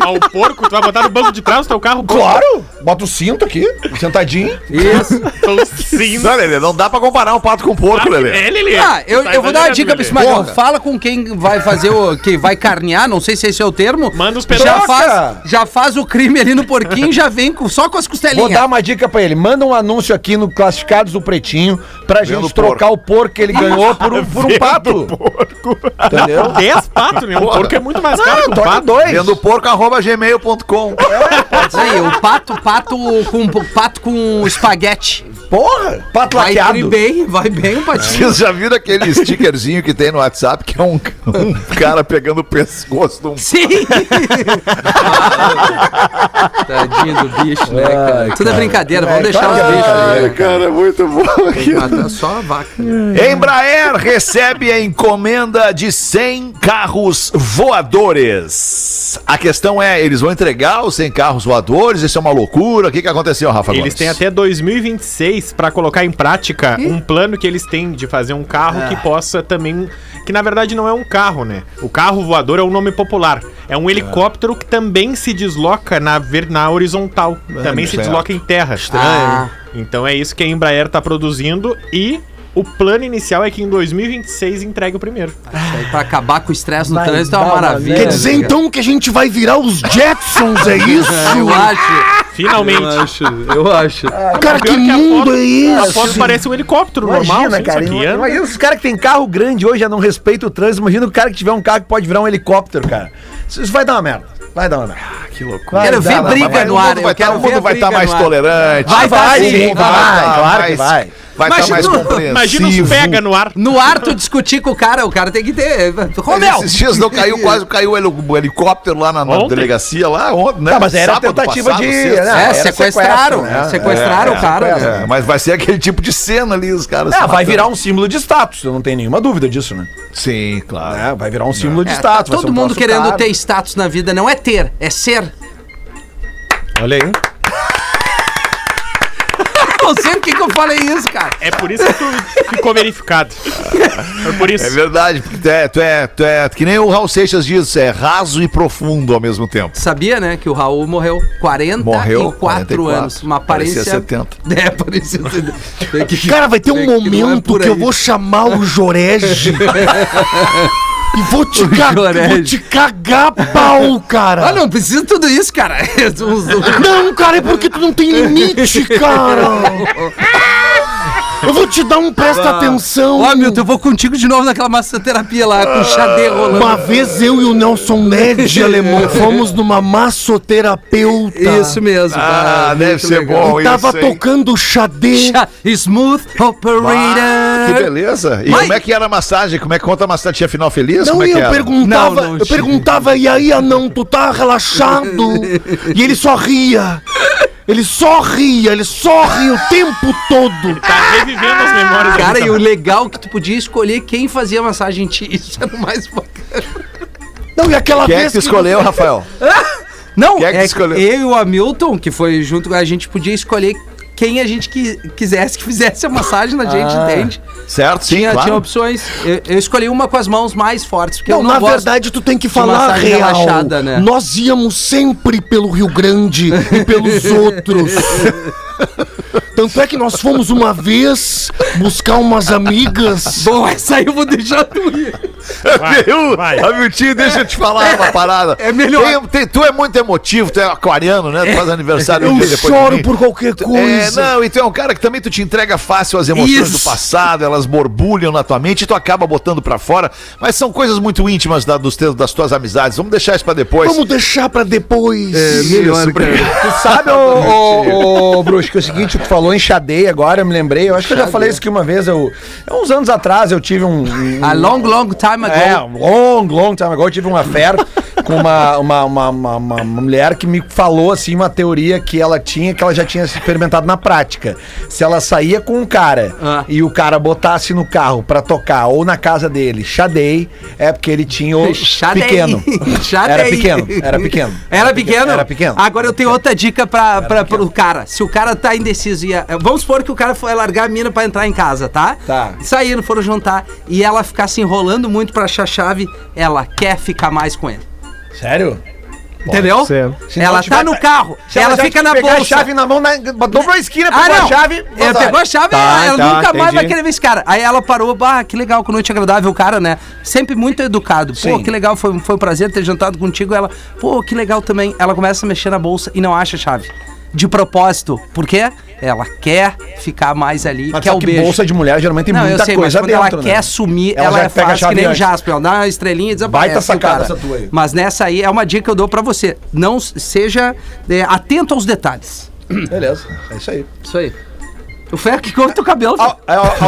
Speaker 5: Ao porco, tu vai botar no banco de trás do teu carro.
Speaker 6: Claro! Bota o cinto aqui, sentadinho.
Speaker 2: Isso.
Speaker 5: Então, sim.
Speaker 3: Não, Lelê, não dá pra comparar um pato com um porco, Lelê.
Speaker 5: É, Lelê.
Speaker 2: Ah, eu,
Speaker 5: Tu tá
Speaker 2: eu vou dar uma
Speaker 5: exagerando,
Speaker 2: dica pra
Speaker 5: Lelê.
Speaker 2: esse Magrão.
Speaker 6: Porra.
Speaker 2: Fala com quem vai fazer o. que vai carnear, não sei se esse é o termo.
Speaker 5: Manda um os
Speaker 2: já
Speaker 5: pedaços.
Speaker 2: faz, já faz o crime ali no porquinho e já vem com- só com as
Speaker 6: Vou
Speaker 2: costelinhas.
Speaker 6: dar uma dica pra ele. Manda um anúncio aqui no Classificados do Pretinho pra gente
Speaker 3: Vendo
Speaker 6: trocar o porco que ele ganhou por um, por um pato. Entendeu?
Speaker 5: Dez patos, né? O porco é muito mais caro que um
Speaker 6: Troca
Speaker 5: pato.
Speaker 6: dois.
Speaker 3: Vendo porco, arroba gmail.com.
Speaker 2: Isso aí, o pato, pato com pato com espaguete.
Speaker 6: Porra! Pato
Speaker 2: Vai
Speaker 6: laqueado.
Speaker 2: bem, vai bem o patinho.
Speaker 3: Vocês já viram aquele stickerzinho que tem no WhatsApp que é um, um cara pegando o pescoço de um
Speaker 2: <laughs> Sim! Tadinho do bicho, né, cara? Tudo é brincadeira, vamos deixar
Speaker 6: claro que é
Speaker 2: os bichos.
Speaker 6: brincadeira.
Speaker 2: né?
Speaker 3: cara, muito bom aqui.
Speaker 2: Matar só a vaca. né?
Speaker 3: Embraer recebe a encomenda de 100 carros voadores. A questão é, eles vão entregar os 100 carros voadores? Isso é uma loucura? O que, que aconteceu, Rafa
Speaker 5: Eles têm até 2026 pra colocar em prática um plano que eles têm de fazer um carro que possa também. Que na verdade não é um carro, né? O carro voador é um nome popular. É um helicóptero que também se desloca na, ver- na horizontal. também se
Speaker 3: certo.
Speaker 5: desloca em terra.
Speaker 2: Ah.
Speaker 5: Então é isso que a Embraer tá produzindo e. O plano inicial é que em 2026 entregue o primeiro.
Speaker 2: Isso aí, Pra acabar com o estresse no
Speaker 6: Vai
Speaker 2: trânsito é
Speaker 6: dar
Speaker 2: uma
Speaker 6: uma
Speaker 2: maravilha.
Speaker 6: merda.
Speaker 2: né, cara?
Speaker 7: então, que a gente vai virar os Jetsons, é isso?
Speaker 2: Eu acho,
Speaker 5: Finalmente.
Speaker 2: eu acho, eu acho.
Speaker 7: Cara,
Speaker 5: Pior a foto- A
Speaker 7: isso?
Speaker 5: foto parece um helicóptero normal.
Speaker 6: Imagina,
Speaker 5: assim,
Speaker 6: cara.
Speaker 5: só que
Speaker 6: Imagina,
Speaker 5: anda.
Speaker 6: imagina os caras que tem carro grande hoje já não respeita o trânsito. Imagina o cara que tiver um carro que pode virar um helicóptero, cara. Isso isso vai dar uma merda. Vai dar uma merda. Ah, que loucura.
Speaker 2: Quero ver briga
Speaker 3: Vai,
Speaker 2: no
Speaker 3: o
Speaker 2: ar,
Speaker 3: mundo vai
Speaker 2: eu quero
Speaker 3: tá, o
Speaker 2: ver a
Speaker 3: mundo vai estar
Speaker 2: briga
Speaker 3: mais
Speaker 2: no ar.
Speaker 3: tolerante.
Speaker 2: Vai, vai
Speaker 3: tá,
Speaker 2: sim,
Speaker 3: o mundo
Speaker 2: vai,
Speaker 3: tá
Speaker 6: claro que
Speaker 3: mais-
Speaker 6: vai.
Speaker 3: Vai estar
Speaker 2: Imagina
Speaker 3: mais
Speaker 2: o-
Speaker 3: compreensivo.
Speaker 5: Imagina os pega no ar.
Speaker 2: No ar tu discutir com o cara, o cara tem que ter. eh,
Speaker 3: Mas
Speaker 2: Romeu!
Speaker 3: Esses dias não caiu, quase caiu o heli- o helicóptero lá na, na
Speaker 5: Ontem.
Speaker 3: delegacia, lá ontem, né?
Speaker 6: Tá, mas era
Speaker 3: Sábado
Speaker 6: tentativa
Speaker 3: passado,
Speaker 6: de-
Speaker 3: sexta.
Speaker 6: né?
Speaker 2: É,
Speaker 6: era
Speaker 2: sequestraram.
Speaker 6: sequestro, né?
Speaker 2: Sequestraram o cara. né?
Speaker 3: É, mas vai ser aquele tipo de cena ali, os caras.
Speaker 6: Ah,
Speaker 3: se
Speaker 6: vai
Speaker 3: matando.
Speaker 6: virar um símbolo de status, eu não tenho nenhuma dúvida disso, né?
Speaker 3: Sim, claro.
Speaker 6: É, vai virar um símbolo de
Speaker 2: É,
Speaker 6: status.
Speaker 2: tá
Speaker 6: vai ser
Speaker 2: todo
Speaker 6: um
Speaker 2: mundo
Speaker 6: troço
Speaker 2: querendo
Speaker 6: caro.
Speaker 2: ter status na vida, não é ter, é ser.
Speaker 4: Olha aí.
Speaker 2: Não sei por que que eu falei isso, cara.
Speaker 5: É por isso que tu ficou verificado. É por isso.
Speaker 3: É verdade, porque tu é, tu é, tu é, que nem o Raul Seixas diz, é raso e profundo ao mesmo tempo.
Speaker 2: Sabia, né, que o Raul morreu 44
Speaker 3: Morreu, 44,
Speaker 2: Tá anos. Uma aparência.
Speaker 3: parecia 70.
Speaker 2: <laughs> É, parecia 70. Tem que-
Speaker 7: Cara, vai ter um
Speaker 2: É que não é
Speaker 7: momento
Speaker 2: por
Speaker 7: que eu
Speaker 2: aí.
Speaker 7: vou chamar
Speaker 2: <laughs>
Speaker 7: o Jorege. E vou te, ca-
Speaker 2: Jorege.
Speaker 7: vou te cagar pau,
Speaker 2: Ah,
Speaker 7: cara.
Speaker 2: não precisa de tudo isso, cara. <laughs> Os- os-
Speaker 7: Não, cara, é porque tu não tem limite, cara. Eu vou te dar um presta atenção.
Speaker 2: Ah, Ó, Milton, eu vou contigo de novo naquela massoterapia lá, com xadê rolando.
Speaker 7: Uma vez eu e o Nelson
Speaker 2: <laughs>
Speaker 7: Ned, alemão, fomos numa massoterapeuta.
Speaker 2: Isso mesmo.
Speaker 3: Ah,
Speaker 2: tá,
Speaker 3: deve
Speaker 2: muito
Speaker 3: ser
Speaker 2: legal.
Speaker 3: bom
Speaker 7: E tava
Speaker 3: isso, hein?
Speaker 7: tocando xadê.
Speaker 2: Xa- Smooth
Speaker 3: Ah, que
Speaker 2: Operator.
Speaker 3: beleza. E
Speaker 2: Mas-
Speaker 3: como é que era a massagem? Como é que conta a massagem? Tinha final feliz?
Speaker 7: Não,
Speaker 3: como é
Speaker 7: e
Speaker 3: que
Speaker 7: eu
Speaker 3: era?
Speaker 7: perguntava,
Speaker 2: Não, não,
Speaker 7: eu
Speaker 2: Chico.
Speaker 7: perguntava, e aí, anão, tu tá relaxado?
Speaker 6: <laughs>
Speaker 7: E ele só ria. Ele só ria, ele só ria o tempo todo.
Speaker 5: Tá revivendo as memórias.
Speaker 2: Cara,
Speaker 3: então.
Speaker 2: e o legal é que tu podia escolher quem fazia massagem em ti. <laughs> Isso era o mais bacana.
Speaker 7: Não, e aquela
Speaker 3: Quem é que
Speaker 7: vez
Speaker 3: tu escolheu, Rafael?
Speaker 2: Não,
Speaker 3: Quem é
Speaker 2: é
Speaker 3: que
Speaker 2: que
Speaker 3: escolheu?
Speaker 2: eu e o Hamilton, que foi junto, com a gente podia escolher quem a gente qui- quisesse que fizesse a massagem na gente, entende?
Speaker 3: Certo? Sim,
Speaker 2: Tinha,
Speaker 3: claro.
Speaker 2: tinha opções. Eu, eu escolhi uma com as mãos mais fortes, porque
Speaker 7: Não,
Speaker 2: eu não
Speaker 7: na
Speaker 2: gosto.
Speaker 7: verdade tu tem que
Speaker 2: de
Speaker 7: falar
Speaker 2: massagem
Speaker 7: real.
Speaker 2: relaxada, né?
Speaker 7: Nós íamos sempre pelo Rio Grande
Speaker 6: <laughs>
Speaker 7: e pelos outros. Tanto é que nós fomos uma vez buscar umas amigas.
Speaker 2: Bom, essa aí eu vou deixar tu ir.
Speaker 3: Viu?
Speaker 5: vai.
Speaker 3: Ah, Miltinho, deixa eu te falar uma parada.
Speaker 2: é melhor.
Speaker 3: Tem- tem- tu é muito emotivo, tu é aquariano, né? Tu faz aniversário um
Speaker 7: Eu
Speaker 3: dia depois de
Speaker 7: choro
Speaker 3: mim.
Speaker 7: por qualquer
Speaker 3: É,
Speaker 7: coisa.
Speaker 3: não, e tu é um cara que também tu te entrega fácil às emoções
Speaker 2: Isso.
Speaker 3: do passado, elas borbulham na tua mente e tu acaba botando pra fora, mas são coisas muito íntimas da- dos teus, das tuas amizades. Vamos deixar isso pra depois.
Speaker 7: Vamos deixar pra depois.
Speaker 4: É,
Speaker 3: isso, cara.
Speaker 6: Tu sabe, ô, ô,
Speaker 7: <laughs>
Speaker 6: ô, Bruxo, que é o seguinte, tu falou em xadei agora, eu me lembrei. Eu acho que eu já falei isso aqui uma vez. Eu, uns anos atrás eu tive um. um
Speaker 2: A long, long time ago.
Speaker 6: é, um long, long time ago, eu tive uma fera com uma, uma, uma, uma- uma- uma mulher que me falou assim uma teoria que ela tinha, que ela já tinha experimentado na prática. Se ela saía com um cara
Speaker 2: Ah.
Speaker 6: e o cara botasse no carro pra tocar ou na casa dele, Xadei, é porque ele tinha
Speaker 2: <laughs>
Speaker 6: o
Speaker 2: Xadei.
Speaker 6: pequeno.
Speaker 2: Xadei.
Speaker 6: Era pequeno, era pequeno.
Speaker 2: <laughs> Era pequeno?
Speaker 6: Era pequeno.
Speaker 2: Agora eu tenho outra dica pra, pra, pro cara. Se o cara tá indeciso, e a- vamos supor que o cara foi largar a mina pra entrar em casa, tá?
Speaker 6: Tá.
Speaker 2: Saíram, foram jantar e ela ficar se enrolando muito pra achar a chave, ela quer ficar mais com ele.
Speaker 6: Sério?
Speaker 2: Entendeu?
Speaker 4: ser.
Speaker 6: Se não,
Speaker 2: Ela
Speaker 6: te
Speaker 2: tá
Speaker 6: vai-
Speaker 2: no carro,
Speaker 6: Se
Speaker 2: ela,
Speaker 6: já
Speaker 2: fica
Speaker 6: te
Speaker 2: na
Speaker 6: pegar
Speaker 2: bolsa.
Speaker 6: a chave na mão, na, dobrou a esquina, pegou a chave.
Speaker 2: Ela
Speaker 6: vazar.
Speaker 2: Ah, É, pegou a chave,
Speaker 4: Tá,
Speaker 2: ela
Speaker 4: tá,
Speaker 2: nunca mais
Speaker 4: entendi.
Speaker 2: vai querer ver esse cara. Aí ela parou, bah, que legal, que noite agradável, o cara, né? Sempre muito educado. Pô,
Speaker 6: Sim.
Speaker 2: que legal, foi, foi um prazer ter jantado contigo. Ela, pô, que legal também. Ela começa a mexer na bolsa e não acha a chave. De propósito. Por quê? Ela quer ficar mais ali,
Speaker 6: Mas
Speaker 2: quer
Speaker 6: sabe
Speaker 2: é o
Speaker 6: que
Speaker 2: beijo.
Speaker 6: bolsa de mulher geralmente tem
Speaker 2: não, eu
Speaker 6: muita
Speaker 2: sei, mas
Speaker 6: coisa
Speaker 2: quando
Speaker 6: dentro,
Speaker 2: ela
Speaker 6: né?
Speaker 2: quer sumir,
Speaker 6: Ela
Speaker 2: ela, é
Speaker 6: já pega a
Speaker 2: faz que
Speaker 6: chave
Speaker 2: nem o
Speaker 6: antes.
Speaker 2: Jasper, ela dá uma estrelinha e desaparece.
Speaker 6: Baita sacada
Speaker 2: cara.
Speaker 6: essa tua aí.
Speaker 2: Mas nessa aí é uma dica que eu dou pra você. Não s- seja é, atento aos detalhes.
Speaker 6: Beleza, é isso aí.
Speaker 2: Isso aí. O Fer, que cor teu cabelo? Fer?
Speaker 3: É,
Speaker 6: <laughs>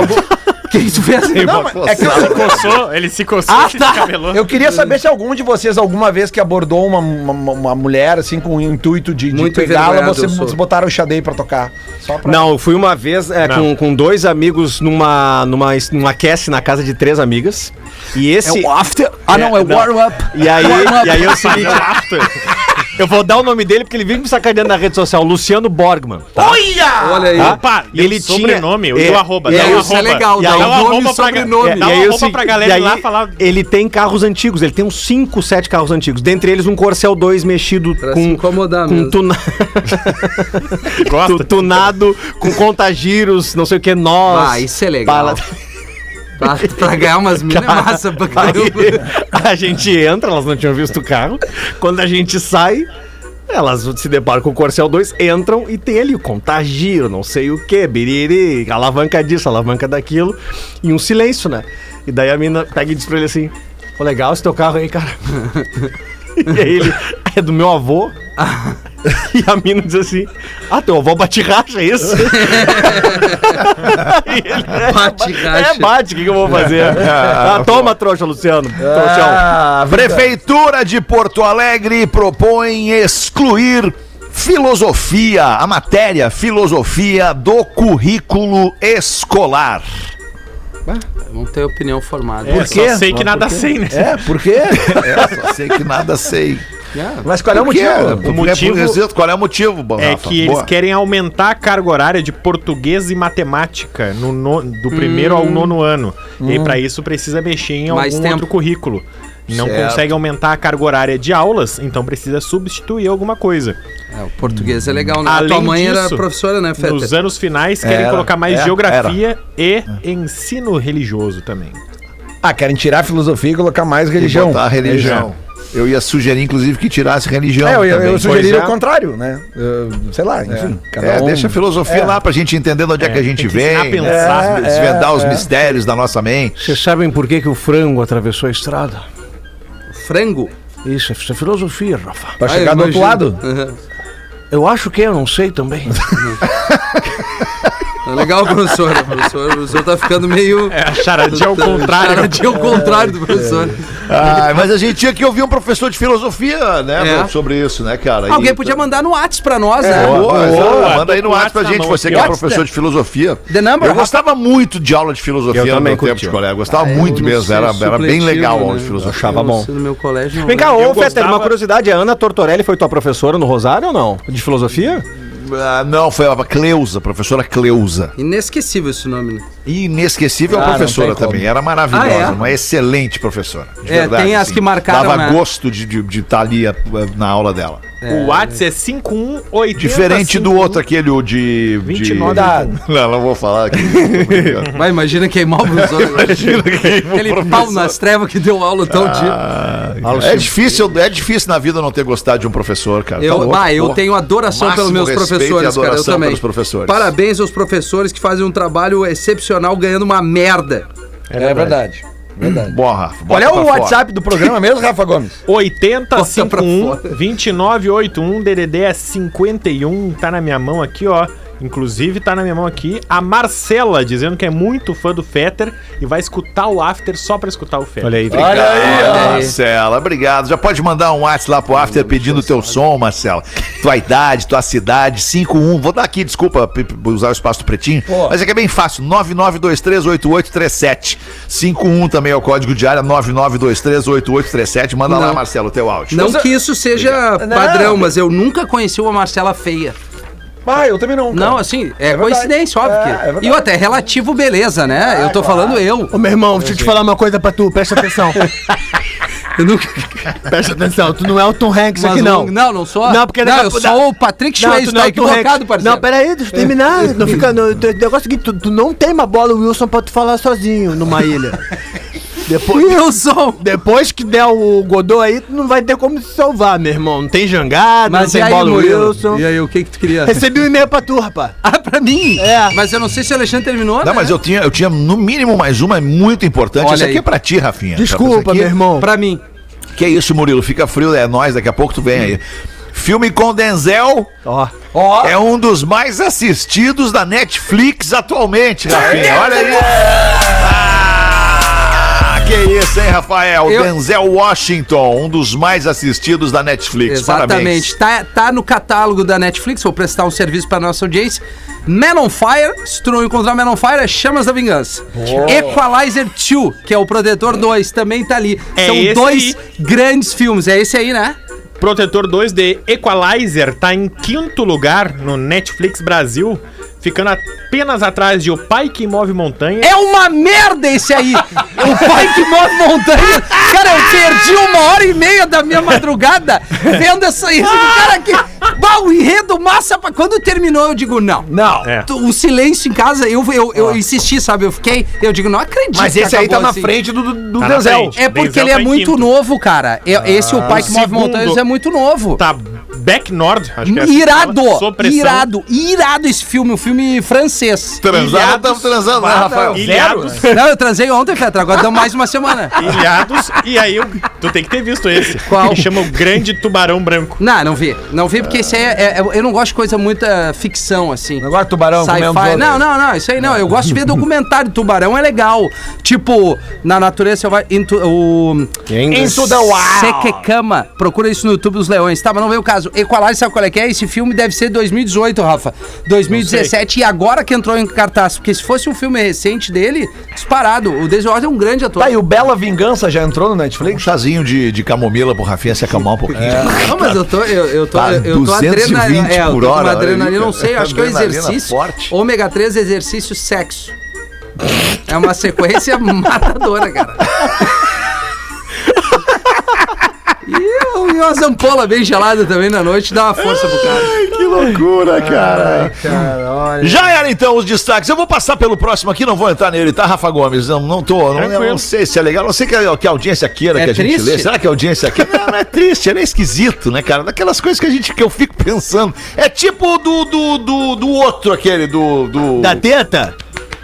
Speaker 2: Que isso fez?
Speaker 6: Não, mas é que eu,
Speaker 5: Coçou, ele se coçou
Speaker 2: Ah,
Speaker 5: e se
Speaker 2: tá.
Speaker 5: cabelou.
Speaker 6: eu queria saber se algum de vocês alguma vez que abordou uma, uma, uma mulher assim com o intuito de, de
Speaker 2: Muito
Speaker 6: pegá-la,
Speaker 2: envergonhado
Speaker 6: você-
Speaker 2: eu sou.
Speaker 6: vocês botaram o Xadei pra tocar. Só pra...
Speaker 4: Não, eu fui uma vez é, com, com dois amigos numa, numa, numa cast na casa de três amigas. E esse.
Speaker 2: after. Ah, não, é o warm up.
Speaker 4: E aí,
Speaker 2: Warm up.
Speaker 4: e aí é o seguinte. Eu vou dar o nome dele porque ele vive me sacaneando na rede social, Luciano Borgman. Tá?
Speaker 2: Olha aí.
Speaker 4: Tá?
Speaker 5: Opa,
Speaker 4: E ele
Speaker 5: ele tinha sobrenome,
Speaker 4: É,
Speaker 5: o arroba,
Speaker 2: é,
Speaker 5: Ah, dá o
Speaker 2: isso é
Speaker 5: arroba.
Speaker 2: legal,
Speaker 5: Dá
Speaker 2: dá
Speaker 5: o
Speaker 2: o nome e
Speaker 5: arroba pra ga-
Speaker 2: sobrenome.
Speaker 5: é,
Speaker 2: E
Speaker 5: Dá o
Speaker 4: aí eu
Speaker 5: arroba
Speaker 4: segui-
Speaker 5: pra
Speaker 4: e
Speaker 5: galera ir
Speaker 4: aí
Speaker 5: lá falar.
Speaker 4: Ele tem carros antigos, ele tem uns 5, 7 carros antigos. Dentre eles um Corcel 2 mexido
Speaker 2: Pra se
Speaker 4: com
Speaker 2: incomodar
Speaker 4: com
Speaker 2: mesmo.
Speaker 4: tuna- tu-
Speaker 5: Gosta.
Speaker 4: tunado, com contagiros, não sei o que, nós.
Speaker 2: Ah, isso é legal. Pra, pra ganhar umas minas é massa pra
Speaker 4: Aí,
Speaker 2: caramba.
Speaker 4: <laughs> a gente entra, elas não tinham visto o carro. Quando a gente sai, elas se deparam com o Corcel 2, entram e tem ali o contagiro, não sei o que, biriri, alavanca disso, alavanca daquilo, e um silêncio, né? E daí a mina pega e diz pra ele assim: Pô, legal esse teu carro aí, cara. <laughs> e aí ele, é do meu avô. <laughs> E a mina diz assim: Ah, teu avô bate racha, é isso? <laughs> E ele, "É,
Speaker 2: Bate racha."
Speaker 4: É, bate, o que, que eu vou fazer?
Speaker 7: <laughs>
Speaker 4: ah, toma, trouxa, Luciano. Trouxão.
Speaker 6: Ah,
Speaker 3: Prefeitura de Porto Alegre propõe excluir filosofia, a matéria filosofia do currículo escolar.
Speaker 2: Não tenho opinião formada.
Speaker 5: É, só
Speaker 6: quê?
Speaker 5: sei que nada sei, né?
Speaker 6: É, por quê?
Speaker 3: É, só sei que nada sei.
Speaker 6: Mas qual é o
Speaker 3: Por quê?
Speaker 6: motivo?
Speaker 3: Por-
Speaker 5: motivo-
Speaker 3: por exemplo, Qual é o motivo, bom,
Speaker 5: É
Speaker 3: Rafa?
Speaker 5: que eles
Speaker 3: Boa.
Speaker 5: querem aumentar a carga horária de português e matemática no no- do primeiro ao nono ano. E para isso precisa mexer em algum
Speaker 2: Mais tempo.
Speaker 5: outro currículo. Não
Speaker 3: Certo.
Speaker 5: consegue aumentar a carga horária de aulas, então precisa substituir alguma coisa.
Speaker 2: É, o português é legal, né?
Speaker 5: Além
Speaker 2: a tua mãe era
Speaker 5: disso,
Speaker 2: professora, né,
Speaker 5: Nos
Speaker 2: Feta?
Speaker 5: anos finais querem
Speaker 3: Era,
Speaker 5: colocar mais
Speaker 3: é,
Speaker 5: geografia e ensino religioso também.
Speaker 6: Ah, querem tirar a filosofia e colocar mais
Speaker 3: E
Speaker 6: religião.
Speaker 3: botar a religião. Eu ia sugerir, inclusive, que tirasse religião.
Speaker 6: É, eu, eu
Speaker 3: também.
Speaker 6: sugeriria
Speaker 4: Pois é.
Speaker 6: o contrário, né? Eu- sei lá, enfim. Cada
Speaker 3: É,
Speaker 6: um-
Speaker 3: deixa a filosofia lá pra gente entender de onde é, que a gente
Speaker 5: tem que
Speaker 3: vem,
Speaker 5: ensinar a pensar. é,
Speaker 3: né? desvendar os mistérios da nossa mente.
Speaker 7: Vocês sabem por que, que o frango atravessou a estrada?
Speaker 2: Frango.
Speaker 7: Isso, isso é filosofia, Rafa.
Speaker 6: Pra
Speaker 2: Ah,
Speaker 6: chegar
Speaker 2: eu
Speaker 6: do outro
Speaker 2: imagino.
Speaker 6: lado.
Speaker 7: Eu acho que eu não sei <laughs> também.
Speaker 2: Uhum. É legal, professor. O professor, o professor tá ficando meio. É,
Speaker 5: A <laughs> charadinha ao
Speaker 4: É.
Speaker 5: contrário.
Speaker 2: Charadinha ao contrário
Speaker 7: É.
Speaker 2: do professor.
Speaker 3: Ah, mas a gente tinha que ouvir um professor de filosofia, né,
Speaker 2: É.
Speaker 3: sobre isso, né, cara?
Speaker 2: Alguém
Speaker 3: E-
Speaker 2: podia mandar no WhatsApp pra nós, né?
Speaker 3: Boa, boa,
Speaker 5: boa.
Speaker 3: manda aí no
Speaker 5: Tô com
Speaker 3: WhatsApp pra
Speaker 5: WhatsApp
Speaker 3: gente,
Speaker 5: na mão
Speaker 3: você que
Speaker 5: aqui,
Speaker 3: é
Speaker 5: ó.
Speaker 3: professor de filosofia.
Speaker 2: The number, Ah,
Speaker 3: eu gostava muito de aula de filosofia
Speaker 4: Eu
Speaker 3: no meu
Speaker 4: também
Speaker 3: tempo
Speaker 4: curti.
Speaker 3: de colégua. Gostava
Speaker 2: Eu
Speaker 3: muito
Speaker 2: não
Speaker 3: mesmo,
Speaker 2: sei,
Speaker 3: era, era bem
Speaker 2: é um supletivo,
Speaker 3: legal a aula
Speaker 2: né?
Speaker 3: de filosofia.
Speaker 2: Eu não sei, No meu colégio, não.
Speaker 4: Vem cá, ô
Speaker 5: Eu
Speaker 4: Fetter,
Speaker 5: gostava-
Speaker 4: uma curiosidade, a Ana Tortorelli foi tua professora no Rosário ou não? De filosofia?
Speaker 3: Ah, não, foi a Cleusa, professora
Speaker 2: Ah,
Speaker 3: Cleusa.
Speaker 2: Inesquecível esse nome, né?
Speaker 3: Inesquecível
Speaker 6: Ah, não
Speaker 3: professora
Speaker 6: tem como.
Speaker 3: também. Era maravilhosa,
Speaker 2: Ah, é?
Speaker 3: uma excelente professora. de assim,
Speaker 2: É, tem as que marcaram,
Speaker 3: Dava
Speaker 2: né?
Speaker 3: gosto de estar de, de tá ali eh, na aula dela.
Speaker 5: O WhatsApp é 518.
Speaker 3: Diferente do outro, aquele o de. de-
Speaker 5: 29.
Speaker 3: Não, não vou falar aqui.
Speaker 2: <laughs> Vai, imagina queimar o professor.
Speaker 3: Imagina que o
Speaker 2: Aquele pau
Speaker 3: professor-
Speaker 2: nas trevas que deu aula tal dia.
Speaker 3: Ah, é difícil, é difícil na vida não ter gostado de um professor, cara. Tá
Speaker 2: Eu,
Speaker 3: louco,
Speaker 2: bah, eu
Speaker 3: porra.
Speaker 2: tenho adoração
Speaker 3: Máximo
Speaker 2: pelos meus
Speaker 3: respeito e
Speaker 2: professores, cara. Eu
Speaker 3: adoração
Speaker 2: também.
Speaker 3: pelos professores.
Speaker 2: Parabéns aos professores que fazem um trabalho excepcional ganhando uma merda.
Speaker 6: É verdade.
Speaker 3: Bom, Rafa,
Speaker 6: Qual
Speaker 3: bota
Speaker 6: é
Speaker 3: pra
Speaker 6: o
Speaker 3: fora.
Speaker 6: WhatsApp do
Speaker 5: <laughs>
Speaker 6: programa mesmo, Rafa Gomes?
Speaker 2: 51,
Speaker 5: 8051 2981 DDD é 51, tá na minha mão aqui, ó. Inclusive, tá na minha mão aqui a Marcela, dizendo que é muito fã do Fetter e vai escutar o After só pra escutar o Fetter. Olha aí,
Speaker 3: Olha Marcela, obrigado. Já pode mandar um WhatsApp lá pro After pedindo o teu som, Marcela. Tua idade, tua cidade, 51. Vou dar aqui, desculpa p- p- usar o espaço do pretinho, mas é que é bem fácil. 99238837. 51 também é o código de área, 99238837. Manda lá,
Speaker 2: Não.
Speaker 3: Marcelo, o teu áudio.
Speaker 2: Não que isso seja padrão, mas eu nunca conheci uma Marcela feia.
Speaker 6: Ah, eu também não. cara.
Speaker 2: Não, assim, é,
Speaker 6: É verdade.
Speaker 2: coincidência, óbvio
Speaker 6: É, é
Speaker 2: que.
Speaker 6: verdade.
Speaker 2: e outra, é relativo beleza, né? eu tô falando eu.
Speaker 7: Ô, meu irmão, deixa eu te falar uma coisa pra tu, presta atenção.
Speaker 2: Eu nunca.
Speaker 7: presta atenção, tu não é o Tom Hanks aqui,
Speaker 2: Mas
Speaker 7: não.
Speaker 2: um- não, não sou.
Speaker 7: Não, porque
Speaker 2: não,
Speaker 7: daqui a
Speaker 2: eu
Speaker 7: pou-
Speaker 2: sou o Patrick Schweiz,
Speaker 7: tu não
Speaker 2: tá
Speaker 7: é o Tom Hanks.
Speaker 2: equivocado, parceiro.
Speaker 7: Não, peraí, deixa eu terminar. Não fica, não, o negócio é o seguinte, tu, tu não tem uma bola Wilson pra tu falar sozinho numa ilha.
Speaker 2: <laughs>
Speaker 7: Depois,
Speaker 2: Eu sou.
Speaker 7: Depois que der o Godô aí, tu não vai ter como se salvar, meu irmão. Não tem jangada,
Speaker 2: Mas
Speaker 7: não
Speaker 2: e
Speaker 7: tem
Speaker 2: aí,
Speaker 7: bola
Speaker 2: Murilo?
Speaker 7: Wilson.
Speaker 2: E aí, o que que tu queria?
Speaker 7: Recebi um e-mail pra tu, rapaz.
Speaker 2: Ah, pra mim?
Speaker 7: É.
Speaker 2: Mas eu não sei se o Alexandre terminou. né?
Speaker 3: Não, mas eu tinha, eu tinha no mínimo mais uma, é muito importante.
Speaker 2: Olha
Speaker 3: Essa aqui
Speaker 2: aí.
Speaker 3: é pra ti, Rafinha. Essa
Speaker 7: Desculpa,
Speaker 3: aqui-
Speaker 7: meu irmão.
Speaker 2: Pra mim.
Speaker 3: Que é isso, Murilo, fica frio, é nóis, daqui a pouco tu vem aí. Filme com Denzel
Speaker 7: Ó.
Speaker 3: é um dos mais assistidos da Netflix atualmente, Rafinha. Olha aí. Ah, Que isso, hein, Rafael?
Speaker 2: Eu-
Speaker 3: Denzel Washington, um dos mais assistidos da Netflix.
Speaker 2: Exatamente. Tá, tá no catálogo da Netflix, vou prestar um serviço pra nossa audiência. Man on Fire, se tu não encontrar Man on Fire, é Chamas da Vingança. Equalizer 2, que é o Protetor 2, também tá ali.
Speaker 5: É
Speaker 2: São
Speaker 5: esse
Speaker 2: dois
Speaker 5: aí.
Speaker 2: grandes filmes. É esse aí, né?
Speaker 5: Protetor 2 de Equalizer tá em quinto lugar no Netflix Brasil, ficando apenas atrás de O Pai que Move Montanha.
Speaker 2: É uma merda esse aí! o pai que move montanha! Cara, eu perdi uma hora e meia da minha madrugada vendo essa isso do cara aqui. Bah, o enredo massa pra quando terminou, eu digo, não.
Speaker 6: Não.
Speaker 5: É.
Speaker 2: Tu- O silêncio em casa, eu, eu, eu insisti, sabe? Eu fiquei. Eu digo, não acredito.
Speaker 6: Mas
Speaker 2: que
Speaker 6: esse aí tá
Speaker 2: acabou
Speaker 6: na
Speaker 2: assim.
Speaker 6: frente do, do, do
Speaker 5: Tá na
Speaker 6: Denzel.
Speaker 5: frente.
Speaker 2: É porque
Speaker 5: Denzel
Speaker 2: ele é
Speaker 5: tá em
Speaker 2: muito
Speaker 5: quinto. Ah,
Speaker 2: novo, cara. É- Esse o pai que move
Speaker 5: segundo.
Speaker 2: montanhas é muito novo.
Speaker 5: Tá Back North, acho que é assim que
Speaker 2: Irado!
Speaker 5: fala, Sopressão.
Speaker 2: Irado! Irado esse filme, um filme francês.
Speaker 3: Transar,
Speaker 5: Ilhados,
Speaker 3: estamos transando, né, Rafael?
Speaker 5: Ilhados,
Speaker 2: Não, eu transei ontem, Petra, agora deu mais uma semana.
Speaker 5: Ilhados, e aí eu- tu tem que ter visto esse.
Speaker 2: Qual?
Speaker 5: Que chama o Grande Tubarão Branco.
Speaker 2: Não, não vi. Não vi porque isso aí é, é- Eu não gosto de coisa muita ficção, assim.
Speaker 6: Agora é tubarão comendo os
Speaker 2: Sci-fi.
Speaker 6: outros.
Speaker 2: Não, não, não. Isso aí não. Eu gosto de
Speaker 6: <laughs>
Speaker 2: ver documentário. Tubarão é legal. Tipo, na natureza vai. Into, o.
Speaker 6: Into the wild.
Speaker 2: Sequecama. Procura isso no YouTube dos Leões. Tá, mas não veio o caso. Equalize, sabe qual é que é? Esse filme deve ser 2018, Rafa. 2017. E agora que entrou em cartaz. Porque se fosse um filme recente dele, disparado. O Desordem é um grande ator.
Speaker 6: Tá, e o Bela Vingança já entrou no
Speaker 3: Um
Speaker 6: Netflix?
Speaker 3: chazinho de, de camomila pro Rafinha se acalmar um pouquinho.
Speaker 2: Não, mas eu tô, eu, eu tô,
Speaker 3: Tá
Speaker 2: eu tô
Speaker 3: 220
Speaker 2: adrenalina, é, eu tô
Speaker 3: por
Speaker 2: com
Speaker 3: hora, olha aí,
Speaker 2: adrenalina, não sei,
Speaker 3: cara.
Speaker 2: acho que é um
Speaker 3: Adrenalina
Speaker 2: exercício,
Speaker 3: forte.
Speaker 2: ômega 3, exercício, sexo. É uma sequência <laughs> matadora, cara. E um- e uma zampola bem gelada também na noite dá uma força pro cara.
Speaker 3: Que loucura, cara. Já era então os destaques. Eu vou passar pelo próximo aqui, não vou entrar nele, tá, Rafa Gomes? Não, não tô. Não,
Speaker 5: Tranquilo.
Speaker 3: eu não sei se é legal. Não sei que a, que a audiência queira
Speaker 2: É
Speaker 3: que a gente
Speaker 2: triste?
Speaker 3: lê. Será que a audiência quer? Não, não é triste, ele é esquisito, né, cara? Daquelas coisas que a gente que eu fico pensando. É tipo do do, do, do outro aquele, do. do...
Speaker 7: Da teta?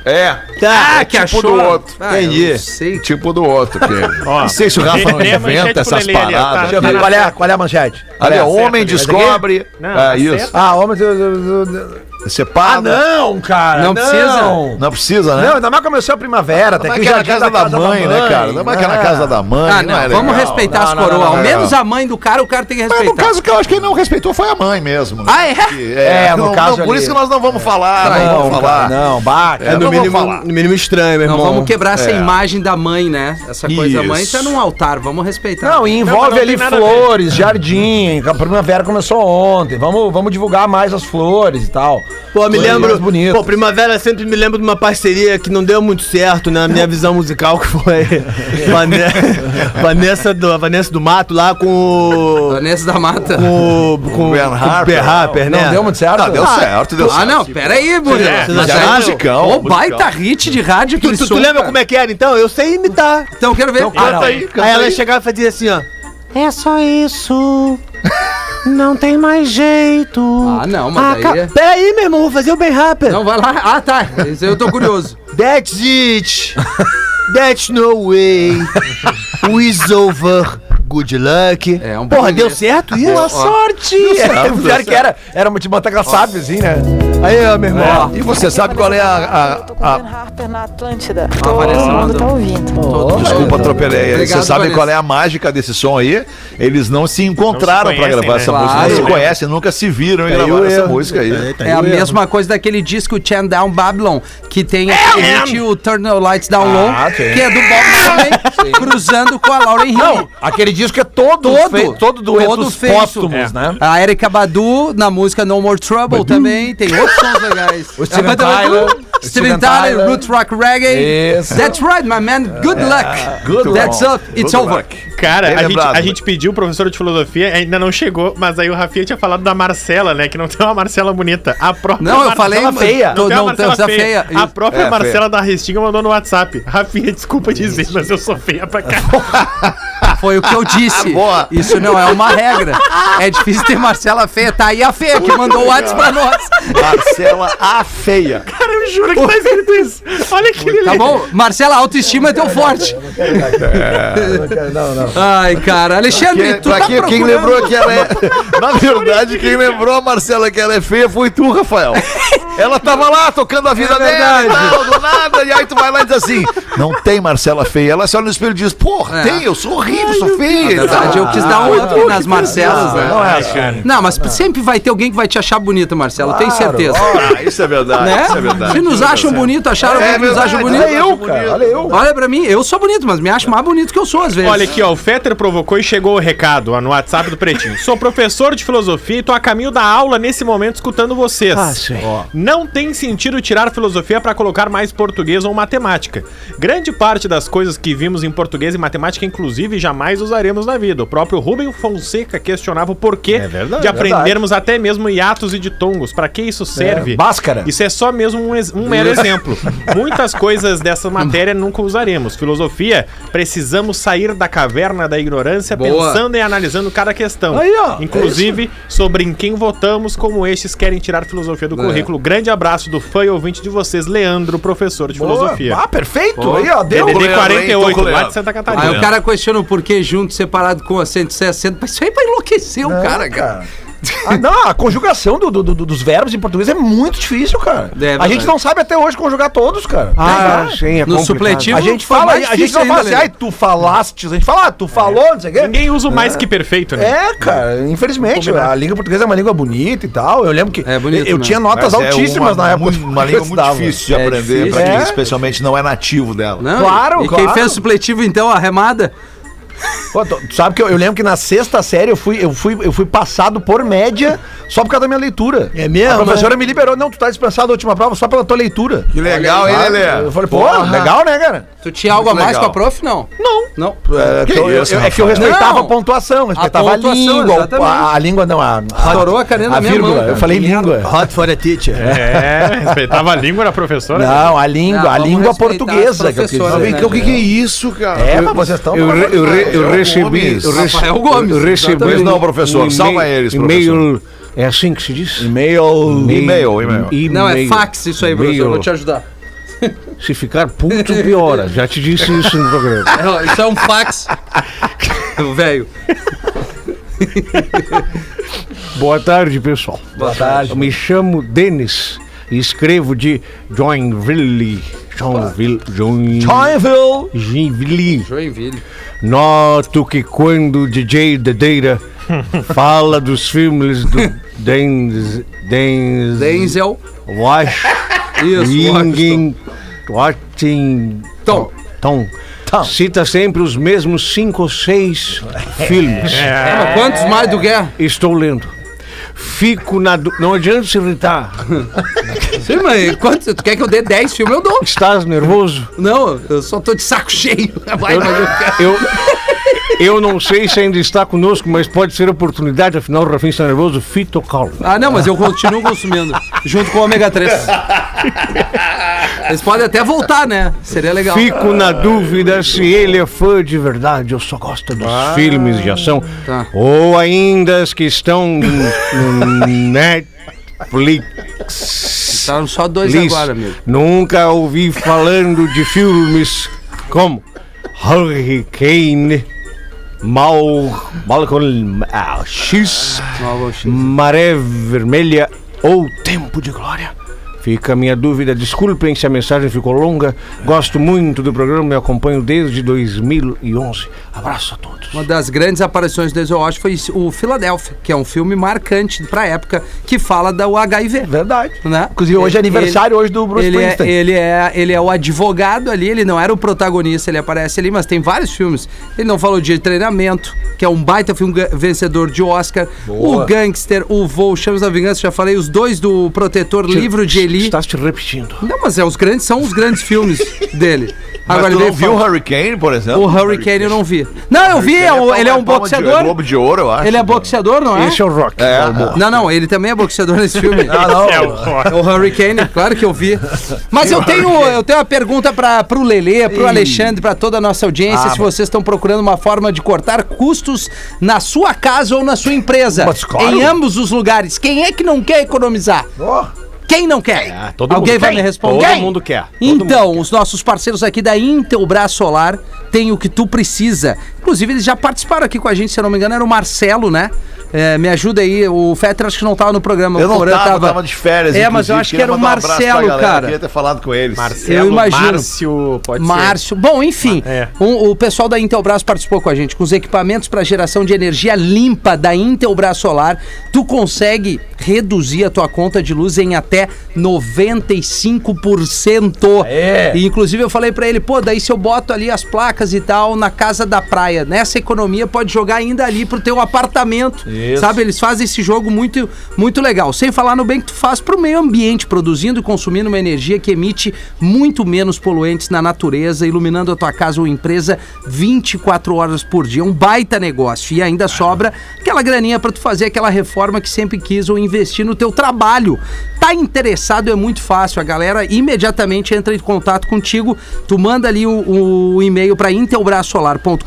Speaker 3: É.
Speaker 7: Tá.
Speaker 3: é tipo do outro.
Speaker 2: Ah,
Speaker 7: Entendi.
Speaker 2: eu não sei.
Speaker 3: Tipo do outro, aquele.
Speaker 5: Ó,
Speaker 3: não sei se o Rafa não
Speaker 5: lê a manchete
Speaker 3: inventa
Speaker 5: pro
Speaker 3: essas
Speaker 5: Lelê ali, ó.
Speaker 3: paradas.
Speaker 5: Tá-
Speaker 3: Olha,
Speaker 5: tá na
Speaker 6: Qual é, qual é a manchete?
Speaker 5: tá certo,
Speaker 3: homem
Speaker 5: Lelê.
Speaker 3: descobre.
Speaker 5: Não, tá
Speaker 3: é isso.
Speaker 6: Ah, homem...
Speaker 3: Separa.
Speaker 6: Ah, não, cara.
Speaker 2: Não precisa?
Speaker 3: Não precisa, né?
Speaker 6: Não, ainda mais começou a primavera, até
Speaker 3: Não
Speaker 6: que
Speaker 3: é
Speaker 6: o
Speaker 3: aquela
Speaker 6: jardim
Speaker 3: casa da, mãe, né, cara? Não é aquela
Speaker 6: né?
Speaker 3: casa da mãe.
Speaker 2: Ah, não,
Speaker 3: é
Speaker 2: vamos
Speaker 3: legal.
Speaker 2: respeitar
Speaker 3: Não,
Speaker 2: as
Speaker 3: não,
Speaker 2: coroas.
Speaker 3: não,
Speaker 2: Ao
Speaker 3: não,
Speaker 2: menos
Speaker 3: não.
Speaker 2: a mãe do cara, o cara tem que
Speaker 3: Mas no
Speaker 2: respeitar.
Speaker 3: caso que eu acho que ele não respeitou foi a mãe mesmo. né?
Speaker 2: Ah, é?
Speaker 3: Que- É,
Speaker 6: É, no
Speaker 3: não-
Speaker 6: caso
Speaker 3: não, Por
Speaker 6: ali.
Speaker 3: isso que nós não vamos falar, não,
Speaker 6: Ah, Não,
Speaker 3: vamos falar.
Speaker 6: cara, não, baca.
Speaker 3: É,
Speaker 7: no,
Speaker 3: não vamos
Speaker 7: mínimo,
Speaker 3: falar.
Speaker 7: no Um mínimo estranho, meu
Speaker 2: Não
Speaker 7: irmão.
Speaker 2: vamos quebrar essa
Speaker 3: É.
Speaker 2: imagem da mãe, né? Essa coisa da mãe
Speaker 3: Isso.
Speaker 2: tá num altar, vamos respeitar.
Speaker 6: Não, e envolve
Speaker 5: não tem
Speaker 6: ali
Speaker 5: nada a ver.
Speaker 6: flores, jardim, a primavera começou ontem, vamos, vamos divulgar mais as flores e tal.
Speaker 7: Pô, me
Speaker 6: Coisas
Speaker 7: lembro.
Speaker 6: mais bonitas.
Speaker 7: Pô, Primavera sempre me lembro de uma parceria que não deu muito certo né? na minha visão musical, que foi Vane- Vanessa, do, Vanessa do Mato lá com o.
Speaker 2: Vanessa da Mata.
Speaker 7: com o. com o
Speaker 3: Ben Harper.
Speaker 7: Ben Harper, né?
Speaker 6: Não deu muito certo?
Speaker 3: Ah, deu certo, deu
Speaker 2: Ah,
Speaker 3: certo.
Speaker 2: não, peraí, Murilo.
Speaker 5: É,
Speaker 2: Mas
Speaker 7: já
Speaker 2: aí,
Speaker 7: tipo, é
Speaker 3: musicão,
Speaker 2: Ô,
Speaker 3: musicão.
Speaker 2: baita hit de rádio que
Speaker 7: Tu,
Speaker 2: eles
Speaker 7: tu, tu
Speaker 2: são,
Speaker 7: lembra
Speaker 2: cara.
Speaker 7: como é que era então? Eu sei imitar.
Speaker 2: Então, eu quero ver.
Speaker 6: canta
Speaker 2: Ah, não.
Speaker 3: aí, canta
Speaker 7: Aí ela
Speaker 3: aí.
Speaker 7: chegava e fazia assim, ó.
Speaker 8: É só isso. Não tem mais jeito.
Speaker 2: Ah, não, mas
Speaker 7: Ca-
Speaker 2: aí... é-
Speaker 7: Peraí, meu irmão, vou fazer o Ben Harper.
Speaker 2: Não, vai lá. Ah, tá. Esse Eu tô curioso.
Speaker 7: That's it. That's no way. We's over. Good luck.
Speaker 2: <laughs> É, um bom
Speaker 7: Porra, deu
Speaker 2: inglês.
Speaker 7: certo isso?
Speaker 2: Boa
Speaker 7: sorte!
Speaker 6: o pior que era, era uma de botar aquela sábio, assim, né?
Speaker 7: Aí, ó, meu irmão.
Speaker 3: E você sabe qual é a.
Speaker 9: Eu tô
Speaker 3: a-
Speaker 9: com
Speaker 3: a-
Speaker 9: Ben Harper na Atlântida.
Speaker 7: Ah,
Speaker 2: avaliação
Speaker 9: Todo mundo
Speaker 2: do-
Speaker 9: tá ouvindo.
Speaker 3: Desculpa, atropelei.
Speaker 2: Obrigado,
Speaker 3: Vocês sabem
Speaker 2: Vanessa.
Speaker 3: qual é a mágica desse som aí? Eles não se encontraram
Speaker 5: Não se
Speaker 3: pra
Speaker 5: conhecem,
Speaker 3: gravar
Speaker 5: né?
Speaker 3: essa
Speaker 2: Claro.
Speaker 3: música. Não se conhecem, nunca se viram e gravaram essa música aí.
Speaker 2: É a mesma coisa daquele disco Turn Down Babylon, que
Speaker 7: É
Speaker 2: tem aquele hit, o Turn the Lights Down Low,
Speaker 7: Ah,
Speaker 2: que é do
Speaker 7: <laughs>
Speaker 2: Bob também, cruzando com a Lauren Hill.
Speaker 6: Aquele disco é todo,
Speaker 2: Todo,
Speaker 6: fei- todo duetos
Speaker 2: todo feito.
Speaker 6: póstumos,
Speaker 5: É.
Speaker 6: né?
Speaker 2: A Erika Badu na música No More Trouble também, tem outros sons legais.
Speaker 6: O Steven
Speaker 2: A banda Badu,
Speaker 6: Tyler, o
Speaker 2: Steven
Speaker 6: Steven
Speaker 2: Tyler,
Speaker 6: Tyler.
Speaker 2: Root Rock Reggae.
Speaker 6: Isso.
Speaker 2: That's right, my man, good luck.
Speaker 3: Good
Speaker 2: That's
Speaker 3: luck.
Speaker 2: up, it's
Speaker 3: Good
Speaker 2: over.
Speaker 3: luck. Bem
Speaker 2: é
Speaker 5: Cara, a gente,
Speaker 3: lembrado,
Speaker 5: a
Speaker 3: mano.
Speaker 5: gente pediu o professor de filosofia, ainda não chegou, mas aí o Rafinha tinha falado da Marcela, né? Que não tem uma Marcela bonita. A própria
Speaker 2: Não, eu
Speaker 5: Marcela
Speaker 2: falei...
Speaker 6: feia.
Speaker 2: Tô,
Speaker 5: tem uma
Speaker 2: não, tem
Speaker 5: Marcela
Speaker 2: essa
Speaker 5: feia.
Speaker 2: feia.
Speaker 5: A própria
Speaker 3: É, feia.
Speaker 5: Marcela da Restinga mandou no WhatsApp. Rafinha, desculpa dizer, mas eu sou feia
Speaker 2: <laughs>
Speaker 5: pra caralho.
Speaker 2: Foi o que eu disse.
Speaker 3: Boa.
Speaker 2: Isso não é uma regra. É difícil ter Marcela feia. Tá aí a feia que mandou o WhatsApp pra nós.
Speaker 3: Marcela a feia.
Speaker 5: Cara, eu juro que tá escrito isso. Olha que beleza.
Speaker 2: Tá bom? Marcela, autoestima é teu forte. Ai, cara. Alexandre,
Speaker 3: Quem,
Speaker 2: tu tá
Speaker 3: quem, quem
Speaker 2: procurando-
Speaker 3: lembrou que
Speaker 2: <laughs>
Speaker 3: ela é. Na verdade, quem lembrou a Marcela que ela é feia foi tu, Rafael. Ela tava lá tocando a vida
Speaker 2: É
Speaker 3: dela e tal, do nada, e aí tu vai lá e diz assim: Não tem Marcela feia. Ela se olha no espelho e diz: Porra,
Speaker 2: É.
Speaker 3: tem, eu sou horrível, sou feia. e
Speaker 2: Na verdade,
Speaker 3: tal.
Speaker 2: eu quis dar
Speaker 6: Ah,
Speaker 2: um up nas Marcelas, né?
Speaker 3: Não é, cara.
Speaker 2: Não, mas sempre vai ter alguém que vai te achar bonita, Marcela. Tenho certeza.
Speaker 3: Ah, isso é verdade,
Speaker 2: Né?
Speaker 3: isso é verdade.
Speaker 2: Se nos acham bonito,
Speaker 6: É,
Speaker 2: acharam alguém que nos acha bonito.
Speaker 3: É olha eu, cara, olha eu.
Speaker 2: Olha pra mim, eu sou bonito, mas me acho mais bonito que eu sou às vezes.
Speaker 5: Olha aqui, ó, o Fetter provocou e chegou o recado ó, no WhatsApp do Pretinho. Sou professor de filosofia e tô a caminho da aula nesse momento escutando vocês.
Speaker 7: Ah,
Speaker 5: Ó, Não tem sentido tirar filosofia pra colocar mais português ou matemática. Grande parte das coisas que vimos em português e matemática, inclusive, jamais usaremos na vida. O próprio Rubem Fonseca questionava o porquê de aprendermos até mesmo hiatos e ditongos. Pra que isso serve?
Speaker 6: Báscara.
Speaker 5: Isso é só mesmo um, ex- um mero exemplo. Muitas coisas dessa matéria nunca usaremos. Filosofia, precisamos sair da caverna da ignorância
Speaker 2: Boa.
Speaker 5: pensando e analisando cada questão.
Speaker 6: Aí, ó,
Speaker 5: Inclusive sobre em quem votamos, como estes querem tirar filosofia do currículo. Grande abraço do fã e ouvinte de vocês, Leandro, professor de filosofia.
Speaker 6: Ah, perfeito. Aí, ó, deu.
Speaker 3: Leandro,
Speaker 5: DDD
Speaker 3: hein?
Speaker 5: 48,
Speaker 3: Tô com
Speaker 5: lá
Speaker 3: Leandro.
Speaker 5: de Santa
Speaker 2: Aí
Speaker 5: Catarina.
Speaker 2: o cara questiona o porquê junto, separado com a 160. Isso aí é pra enlouquecer o cara, cara.
Speaker 6: Ah, não, a conjugação do- do- do- dos verbos em português é muito difícil, cara.
Speaker 2: É
Speaker 6: a
Speaker 2: verdade.
Speaker 6: gente não sabe até hoje conjugar todos, cara.
Speaker 7: Ah, sim, é
Speaker 2: No
Speaker 7: complicado.
Speaker 2: supletivo,
Speaker 6: a gente
Speaker 2: foi
Speaker 6: fala,
Speaker 2: mais
Speaker 6: a gente
Speaker 2: difícil
Speaker 6: não fala
Speaker 2: ainda, né?
Speaker 6: assim, ai,
Speaker 2: Lelê.
Speaker 6: tu falaste, a gente fala, ah, tu falou, não sei o quê.
Speaker 5: Ninguém usa o mais que perfeito, né?
Speaker 6: É, cara, infelizmente, a língua portuguesa é uma língua bonita e tal. Eu lembro que
Speaker 2: É bonito,
Speaker 6: eu
Speaker 2: né?
Speaker 6: tinha notas
Speaker 3: Mas é
Speaker 6: altíssimas
Speaker 3: uma-
Speaker 6: na época.
Speaker 3: muito- Uma língua muito difícil de
Speaker 2: É
Speaker 3: aprender, pra
Speaker 2: difícil. Né?
Speaker 3: quem
Speaker 6: É.
Speaker 3: especialmente não é nativo dela.
Speaker 2: Não,
Speaker 6: Claro,
Speaker 2: e quem
Speaker 6: claro.
Speaker 2: fez o supletivo, então, a remada?
Speaker 6: Pô, tu- tu sabe que eu, eu lembro que na sexta série eu fui, eu, fui, eu fui passado por média só por causa da minha leitura.
Speaker 7: É mesmo,
Speaker 6: A professora me liberou, não, tu tá dispensado da última prova só pela tua leitura.
Speaker 3: Que legal, hein,
Speaker 6: Eu
Speaker 3: Lelê?
Speaker 6: falei, pô, legal, né, cara?
Speaker 2: Tu tinha algo a mais
Speaker 3: legal.
Speaker 2: com a prof, não? Não. Não.
Speaker 6: É que, eu,
Speaker 3: isso,
Speaker 6: eu- é que eu
Speaker 3: Rafael?
Speaker 6: respeitava
Speaker 2: Não.
Speaker 6: a pontuação, respeitava a,
Speaker 2: pontuação,
Speaker 6: língua.
Speaker 2: exatamente.
Speaker 6: A, a língua não, a.
Speaker 2: Estourou a caneta na minha
Speaker 6: vírgula.
Speaker 2: mão, cara.
Speaker 6: Eu falei língua.
Speaker 7: Hot for a teacher.
Speaker 5: É, respeitava a língua da professora.
Speaker 6: Não, a língua,
Speaker 2: Não,
Speaker 6: a
Speaker 2: vamos
Speaker 6: língua
Speaker 2: respeitar
Speaker 6: portuguesa
Speaker 2: as
Speaker 6: que eu quis
Speaker 2: professoras,
Speaker 6: dizer.
Speaker 2: né?
Speaker 3: Então, o que, que é isso, cara?
Speaker 6: É, mas vocês estão.
Speaker 7: Eu, re- eu, re- eu
Speaker 3: Rafael
Speaker 7: recebi.
Speaker 3: Gomes.
Speaker 7: Eu rece-
Speaker 2: Rafael Gomes,
Speaker 7: Eu recebi
Speaker 2: exatamente.
Speaker 3: Pois um não, professor,
Speaker 7: e-mail- um
Speaker 3: salva eles,
Speaker 7: E-mail. É assim que se diz?
Speaker 6: E-mail.
Speaker 3: E-mail, e-mail.
Speaker 7: E-mail.
Speaker 2: Não, é fax isso aí, professor. Eu
Speaker 7: E-mail.
Speaker 2: vou te ajudar.
Speaker 7: Se ficar puto, piora. Já te disse isso no <laughs> programa.
Speaker 2: É, ó, Isso é um fax. <laughs> Velho.
Speaker 7: Boa tarde, pessoal.
Speaker 6: Boa tarde.
Speaker 7: Eu me chamo Denis e escrevo de Joinville. Joinville. Join-
Speaker 6: Joinville.
Speaker 7: Joinville.
Speaker 2: Joinville.
Speaker 7: Noto que quando o DJ Dedeira fala dos filmes do Denz. Denz.
Speaker 2: Denzel. <laughs>
Speaker 7: Wash.
Speaker 2: Isso. Então,
Speaker 7: Winging. Watching.
Speaker 2: Tom.
Speaker 7: Tom. Cita sempre os mesmos cinco
Speaker 2: <laughs>
Speaker 7: ou seis filmes.
Speaker 2: Ah, Quantos mais do Guerra?
Speaker 7: Estou lendo. Fico na. du- Não adianta
Speaker 2: <laughs>
Speaker 7: se irritar.
Speaker 2: Sim, mas quantos? Tu quer que eu dê 10 filmes? Eu dou.
Speaker 7: Estás nervoso?
Speaker 2: Não, eu só tô de saco cheio. Vai, mas eu quero.
Speaker 7: Eu. Eu não sei se ainda está conosco, mas pode ser oportunidade, afinal o Rafinha está nervoso, fito calmo.
Speaker 2: <laughs> Ah, não, mas eu continuo consumindo. Junto com o ômega 3. Eles podem até voltar, né? Seria legal.
Speaker 7: Fico
Speaker 2: Ah,
Speaker 7: na dúvida se ele é fã de verdade ou só gosta dos filmes de ação.
Speaker 2: Ah, Tá.
Speaker 7: Ou ainda os que estão no no Netflix.
Speaker 2: Estavam Tá só dois
Speaker 7: Liz,
Speaker 2: agora, amigo.
Speaker 7: Nunca ouvi falando de filmes como Hurricane,
Speaker 4: Mal. Malcolm. Ah, X.
Speaker 2: Mal- X.
Speaker 4: Maré Vermelha ou Tempo de Glória? Fica a minha dúvida. Desculpem se a mensagem ficou longa. Gosto muito do programa e acompanho desde 2011. Abraço a todos.
Speaker 2: Uma das grandes aparições do Denzel Washington foi o Philadelphia, que é um filme marcante pra época, que fala do HIV.
Speaker 6: Verdade.
Speaker 2: Né?
Speaker 6: Inclusive, hoje é aniversário hoje do Bruce
Speaker 2: ele é,
Speaker 6: Springsteen.
Speaker 2: ele, é, ele é o advogado ali, ele não era o protagonista, ele aparece ali, mas tem vários filmes. Ele não falou de treinamento, que é um baita filme ga- vencedor de Oscar. O Gangster, o Voo, Chamas da Vingança, já falei, os dois do Protetor, Livro de Eli.
Speaker 4: Estás te repetindo.
Speaker 2: Não, mas é, os grandes são os grandes
Speaker 6: <laughs>
Speaker 2: filmes dele.
Speaker 3: Mas tu
Speaker 2: ele
Speaker 3: não
Speaker 2: veio
Speaker 3: viu o
Speaker 2: falar-
Speaker 3: Hurricane, por exemplo?
Speaker 2: o Hurricane eu não vi. Não, eu vi, é o- ele é um
Speaker 3: palma de- é
Speaker 2: boxeador.
Speaker 3: Globo de Ouro, eu acho.
Speaker 2: Ele é boxeador, não é?
Speaker 4: Esse é o Rock. Balboa.
Speaker 2: Não, não, ele também é boxeador nesse filme.
Speaker 5: É o-
Speaker 2: É o Hurricane, claro que eu vi. Mas eu tenho, eu tenho uma pergunta para pro Lelê, pro Alexandre, para toda a nossa audiência, se vocês estão procurando uma forma de cortar custos na sua casa ou na sua empresa.
Speaker 6: Mas claro.
Speaker 2: Em ambos os lugares. Quem é que não quer economizar? Quem não
Speaker 3: É,
Speaker 2: quer?
Speaker 3: ah,
Speaker 4: todo
Speaker 2: Alguém
Speaker 4: mundo
Speaker 2: vai
Speaker 4: quer.
Speaker 2: me responder?
Speaker 4: Todo mundo quer. Todo
Speaker 2: então, os nossos parceiros aqui da Intelbras Solar têm o que tu precisa. Inclusive, eles já participaram aqui com a gente, se eu não me engano, era o Marcelo, né? É, me ajuda aí, o Fetter acho que não tava no programa.
Speaker 3: Eu
Speaker 2: o
Speaker 3: não
Speaker 2: Porã
Speaker 3: tava, tava, de férias.
Speaker 2: É, mas eu
Speaker 3: inclusive,
Speaker 2: acho que
Speaker 3: queria
Speaker 2: era o
Speaker 3: mandar um abraço pra
Speaker 2: Marcelo,
Speaker 3: galera,
Speaker 2: cara.
Speaker 3: Queria ter falado com eles.
Speaker 2: Eu imagino.
Speaker 5: Márcio, pode ser.
Speaker 2: Márcio. Bom, enfim,
Speaker 5: É.
Speaker 2: um- o pessoal da Intelbras participou com a gente. Com os equipamentos para geração de energia limpa da Intelbras Solar, tu consegue reduzir a tua conta de luz em até 95%. É. E, inclusive eu falei para ele, pô, daí se eu boto ali as placas e tal na casa da praia, nessa economia pode jogar ainda ali pro teu apartamento. Sabe, eles fazem esse jogo muito muito legal. Sem falar no bem que tu faz pro meio ambiente, produzindo e consumindo uma energia que emite muito menos poluentes na natureza, iluminando a tua casa ou empresa 24 horas por dia. Um baita negócio. E ainda sobra aquela graninha pra tu fazer aquela reforma que sempre quis ou investir no teu trabalho. Tá interessado? É muito fácil. A galera imediatamente entra em contato contigo. Tu manda ali o, o e-mail para intelbrasolar.com.br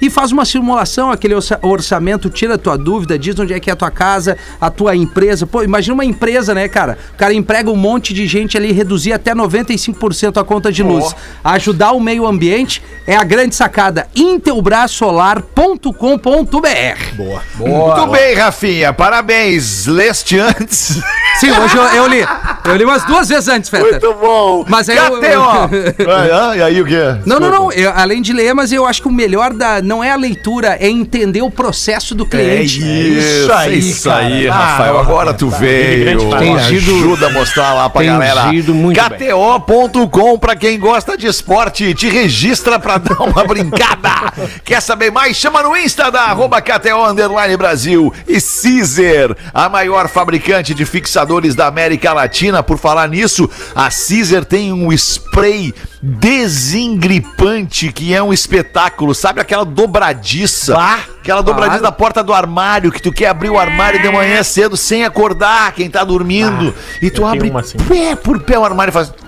Speaker 2: e faz uma simulação, aquele orça- orçamento, tira a tua dúvida, diz onde é que é a tua casa, a tua empresa. Pô, imagina uma empresa, né, cara? O cara emprega um monte de gente ali, reduzir até 95% a conta de luz. Ajudar o meio ambiente é a grande sacada. intelbrasolar.com.br
Speaker 3: Muito bem, Rafinha. Parabéns. Leste antes.
Speaker 2: Sim, hoje eu, eu li. Eu li umas duas vezes antes, Feta.
Speaker 3: bom.
Speaker 2: Mas aí eu- <laughs>
Speaker 3: KTO. Ah, E aí o quê?
Speaker 2: Não, não, não. Eu, além de ler, mas eu acho que o melhor da não é a leitura, é entender o processo do cliente.
Speaker 3: É Isso aí, isso aí Rafael. Agora tu veio.
Speaker 4: Ah, Tem sido-
Speaker 3: ajuda a mostrar lá pra
Speaker 4: Tem
Speaker 3: galera.
Speaker 4: sido muito bem.
Speaker 3: KTO.com pra quem gosta de esporte. Te registra pra dar uma <laughs> brincada. Quer saber mais? Chama no Insta da arroba KTO Underline Brasil e Caesar, a maior fabricante de fixadores da América Latina. Por falar nisso, a Caesar tem um spray desengripante que é um espetáculo. Sabe aquela dobradiça? Aquela dobradiça da porta do armário que tu quer abrir o armário de manhã cedo sem acordar quem tá dormindo. e tu
Speaker 5: tenho
Speaker 3: abre
Speaker 5: uma assim.
Speaker 3: pé por pé o armário e faz. assim,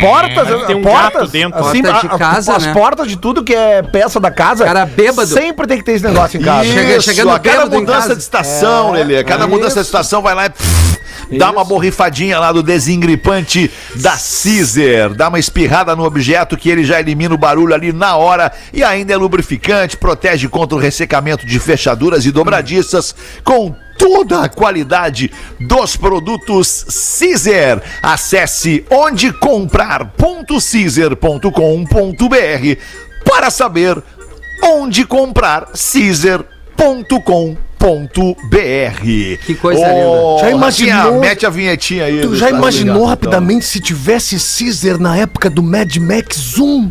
Speaker 6: Portas,
Speaker 5: tem um
Speaker 6: portas,
Speaker 5: gato dentro.
Speaker 6: Assim,
Speaker 2: Porta de
Speaker 6: a- a-
Speaker 2: casa,
Speaker 6: as
Speaker 2: né?
Speaker 6: portas de tudo que é peça da casa.
Speaker 2: Cara bêbado.
Speaker 6: Sempre tem que ter esse negócio em casa.
Speaker 2: Chega- chegando
Speaker 3: a cada
Speaker 2: bêbado em
Speaker 3: mudança
Speaker 2: casa.
Speaker 3: de estação, Lelê, cada mudança de estação vai lá e pff, dá uma borrifadinha lá do desengripante da Caesar, dá uma espirrada no objeto que ele já elimina o barulho ali na hora e ainda é lubrificante, protege contra o ressecamento de fechaduras e dobradiças com toda a qualidade dos produtos Caesar. Acesse ondecomprar.caesar.com.br para saber onde comprar Caesar.com.br.
Speaker 2: Que coisa linda.
Speaker 3: Já
Speaker 7: Já
Speaker 3: imaginou?
Speaker 7: imaginou-
Speaker 3: mete a vinhetinha aí.
Speaker 7: Tu
Speaker 3: Luiz,
Speaker 7: já
Speaker 3: tá
Speaker 7: imaginou
Speaker 3: ligado,
Speaker 7: rapidamente se tivesse Caesar na época do Mad Max 1?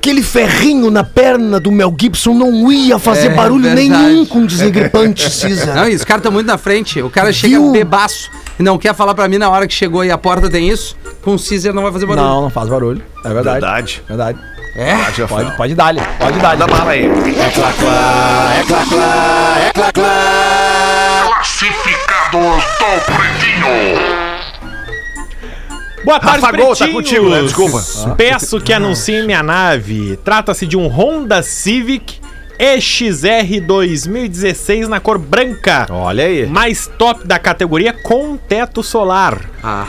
Speaker 7: Aquele ferrinho na perna do Mel Gibson não ia fazer
Speaker 2: É,
Speaker 7: barulho
Speaker 2: verdade.
Speaker 7: nenhum com o desengripante Caesar.
Speaker 2: Não, e os caras estão muito na frente. O cara chega
Speaker 7: Viu?
Speaker 2: bebaço e não quer falar pra mim na hora que chegou e a porta tem isso. Com o Caesar não vai fazer barulho.
Speaker 6: Não, não faz barulho. É
Speaker 3: Então.
Speaker 6: verdade.
Speaker 3: Verdade.
Speaker 6: Verdade.
Speaker 3: Ah, já foi.
Speaker 6: Pode, pode dar ali. Pode dar ali.
Speaker 3: Manda bala aí.
Speaker 5: Boa tarde,
Speaker 3: Rafa Gol, tá
Speaker 5: pretinhos.
Speaker 3: contigo, né? Desculpa.
Speaker 5: Peço que anunciem minha nave. Trata-se de um Honda Civic EXR 2016 na cor branca.
Speaker 7: Olha aí.
Speaker 5: Mais top da categoria com teto solar.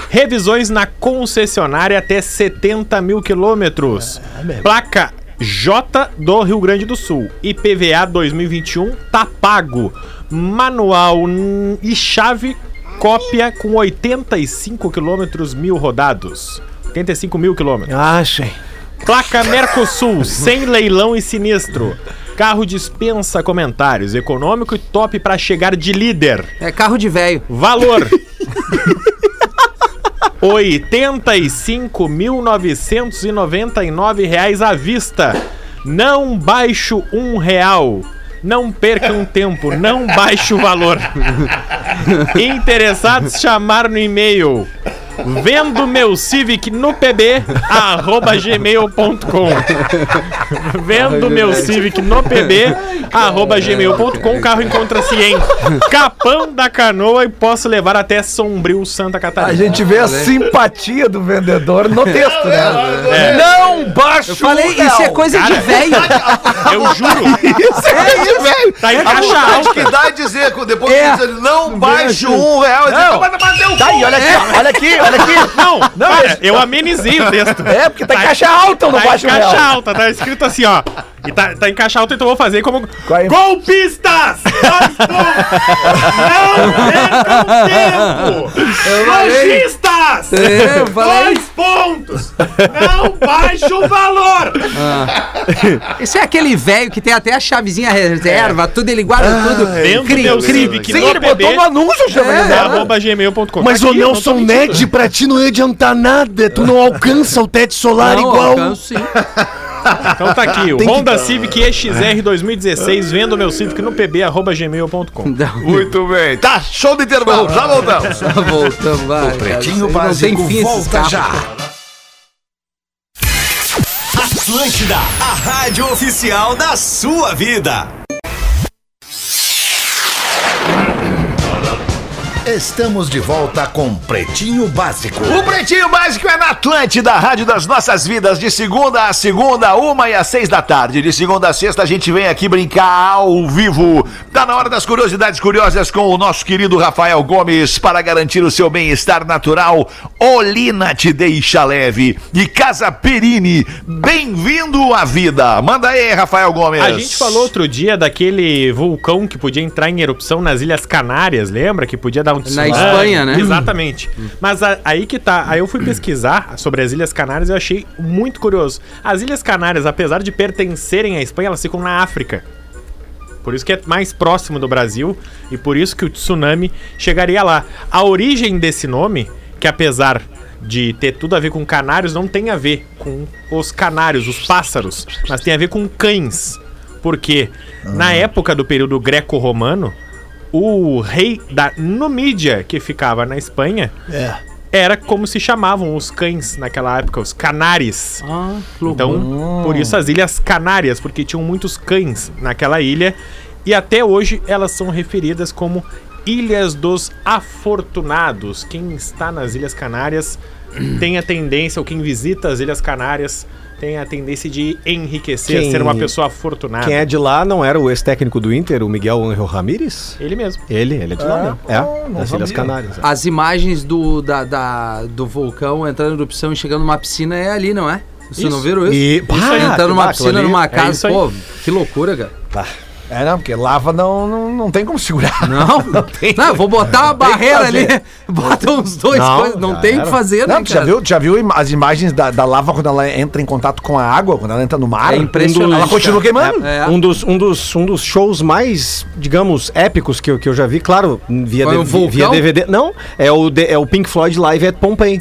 Speaker 5: Revisões na concessionária até 70 mil quilômetros. Placa J do Rio Grande do Sul. IPVA 2021 tá pago. Manual hum, e chave cópia com 85 quilômetros mil rodados. 85 mil quilômetros.
Speaker 4: Ah,
Speaker 7: Achei.
Speaker 5: Placa Mercosul, sem leilão e sinistro. Carro dispensa comentários, econômico e top pra chegar de líder.
Speaker 2: É carro de velho.
Speaker 5: Valor: 85.999 reais à vista. Não baixo um real. Não percam tempo, não baixe o valor. Interessados chamar no e-mail vendo meu Civic no pb arroba gmail.com vendo meu Civic no
Speaker 6: <laughs>
Speaker 5: pb <laughs> arroba gmail.com carro encontra-se em Capão da Canoa e posso levar até Sombrio Santa
Speaker 6: A
Speaker 5: Catarina
Speaker 6: gente vê a simpatia do vendedor no texto, né?
Speaker 5: É.
Speaker 6: Não baixo
Speaker 2: Falei, isso é coisa de velho. <laughs>
Speaker 5: eu
Speaker 6: <laughs>
Speaker 5: juro
Speaker 6: É
Speaker 3: é velho.
Speaker 5: tá em
Speaker 3: A
Speaker 5: caixa
Speaker 3: vontade
Speaker 5: alta
Speaker 3: que dá é dizer, depois
Speaker 2: É.
Speaker 3: que diz ele, não baixe um real. Ele
Speaker 6: Não.
Speaker 3: vai bater o
Speaker 6: Tá aí, olha aqui, ó, olha aqui, olha aqui.
Speaker 5: não, para,
Speaker 6: mas-
Speaker 5: eu amenizei o texto
Speaker 6: É, porque tá em caixa alta ou não
Speaker 5: Tá
Speaker 6: baixo
Speaker 5: em
Speaker 6: real?
Speaker 5: caixa alta, tá escrito assim, ó. E tá, tá em caixa alta, então eu vou fazer como.
Speaker 6: Qual é? <laughs>
Speaker 5: Golpistas! é Nós fomos- Não percam tempo! Lojistas!
Speaker 2: É, eu falei.
Speaker 5: Dois pontos! Não baixa o valor!
Speaker 2: Isso é aquele velho que tem até a chavezinha
Speaker 5: É.
Speaker 2: reserva, tudo, ele guarda
Speaker 5: Ah,
Speaker 2: tudo.
Speaker 5: Vendo é. meu Civic
Speaker 6: Sim,
Speaker 5: no
Speaker 6: ele botou né?
Speaker 5: PB,
Speaker 6: um anúncio, chama
Speaker 2: É.
Speaker 6: ele dela.
Speaker 5: arroba gmail.com.
Speaker 4: Mas,
Speaker 5: Tá
Speaker 4: ô
Speaker 5: aqui,
Speaker 4: Nelson
Speaker 5: não tô mentindo.
Speaker 4: Ned, pra ti não ia adiantar nada. Tu não alcança o teto solar
Speaker 2: Não,
Speaker 4: igual.
Speaker 5: um
Speaker 2: alcanço sim.
Speaker 5: Então tá aqui, o Honda Civic EXR 2016, vendo meu Civic no pb, arroba gmail.com.
Speaker 2: Não,
Speaker 3: Muito bem. Tá, show de intervalo. Já voltamos.
Speaker 2: Então, tá voltando, vai.
Speaker 3: Pretinho
Speaker 2: cara. Não tem
Speaker 3: Básico
Speaker 2: fim esses
Speaker 3: volta
Speaker 2: carros.
Speaker 3: já.
Speaker 10: Atlântida, a rádio oficial da sua vida.
Speaker 11: Estamos de volta com Pretinho Básico.
Speaker 3: O Pretinho Básico é na Atlântida, a Rádio das Nossas Vidas, de segunda a segunda, uma e às seis da tarde. De segunda a sexta, a gente vem aqui brincar ao vivo. Tá na hora das curiosidades curiosas com o nosso querido Rafael Gomes para garantir o seu bem-estar natural. Olina te deixa leve. E Casa Perini, bem-vindo à vida. Manda aí, Rafael Gomes.
Speaker 5: A gente falou outro dia daquele vulcão que podia entrar em erupção nas Ilhas Canárias, lembra? Que podia dar um tsunami.
Speaker 2: Espanha, né?
Speaker 5: Exatamente. Mas a- aí que tá. Aí eu fui pesquisar sobre as Ilhas Canárias e eu achei muito curioso. As Ilhas Canárias, apesar de pertencerem à Espanha, elas ficam na África. Por isso que é mais próximo do Brasil e por isso que o tsunami chegaria lá. A origem desse nome, que apesar de ter tudo a ver com canários, não tem a ver com os canários, os pássaros, mas tem a ver com cães. Porque na época do período greco-romano, o rei da Numídia, que ficava na Espanha, era como se chamavam os cães naquela época, os canares.
Speaker 2: Ah, que loucura.
Speaker 5: Então, por isso as Ilhas Canárias, porque tinham muitos cães naquela ilha e até hoje elas são referidas como Ilhas dos Afortunados. Quem está nas Ilhas
Speaker 2: <clears throat>
Speaker 5: Canárias tem a tendência, ou quem visita as Ilhas Canárias tem a tendência de enriquecer,
Speaker 7: Quem-
Speaker 5: ser uma pessoa afortunada.
Speaker 7: Quem é de lá não era o ex-técnico do Inter, o Miguel Angel Ramírez?
Speaker 5: Ele mesmo.
Speaker 7: Ele, ele é de lá, né? É, das Ilhas
Speaker 6: sabia.
Speaker 7: Canárias.
Speaker 5: tá.
Speaker 7: é.
Speaker 2: As imagens do, da, da- do vulcão entrando em erupção e chegando numa piscina é ali, não é? Vocês não
Speaker 5: Isso.
Speaker 2: viram isso?
Speaker 7: E- Pá, aquilo
Speaker 2: entrando numa
Speaker 7: ali-
Speaker 2: piscina, numa
Speaker 5: é isso
Speaker 2: casa.
Speaker 5: aí.
Speaker 2: Pô, que loucura, cara.
Speaker 6: É, não, porque lava não, não, não tem como segurar.
Speaker 2: Não, não tem. Não, eu vou botar uma barreira ali. <laughs> Bota uns dois
Speaker 7: Não,
Speaker 2: coisas. Não
Speaker 7: já
Speaker 2: tem o que
Speaker 7: era.
Speaker 2: fazer,
Speaker 6: Não,
Speaker 2: né,
Speaker 6: tu já
Speaker 2: cara?
Speaker 6: viu, tu já viu im- as imagens da, da lava quando ela entra em contato com a água, quando ela entra no mar?
Speaker 2: É impressionante,
Speaker 6: Ela continua queimando.
Speaker 2: É.
Speaker 7: Um, dos, um, dos, um dos shows mais, digamos, épicos que eu, que eu já vi, claro, via,
Speaker 2: Foi
Speaker 7: D-
Speaker 2: um
Speaker 7: vi- via
Speaker 2: vulcão?
Speaker 7: DVD. Não, é o, D- é o Pink Floyd Live at Pompeii.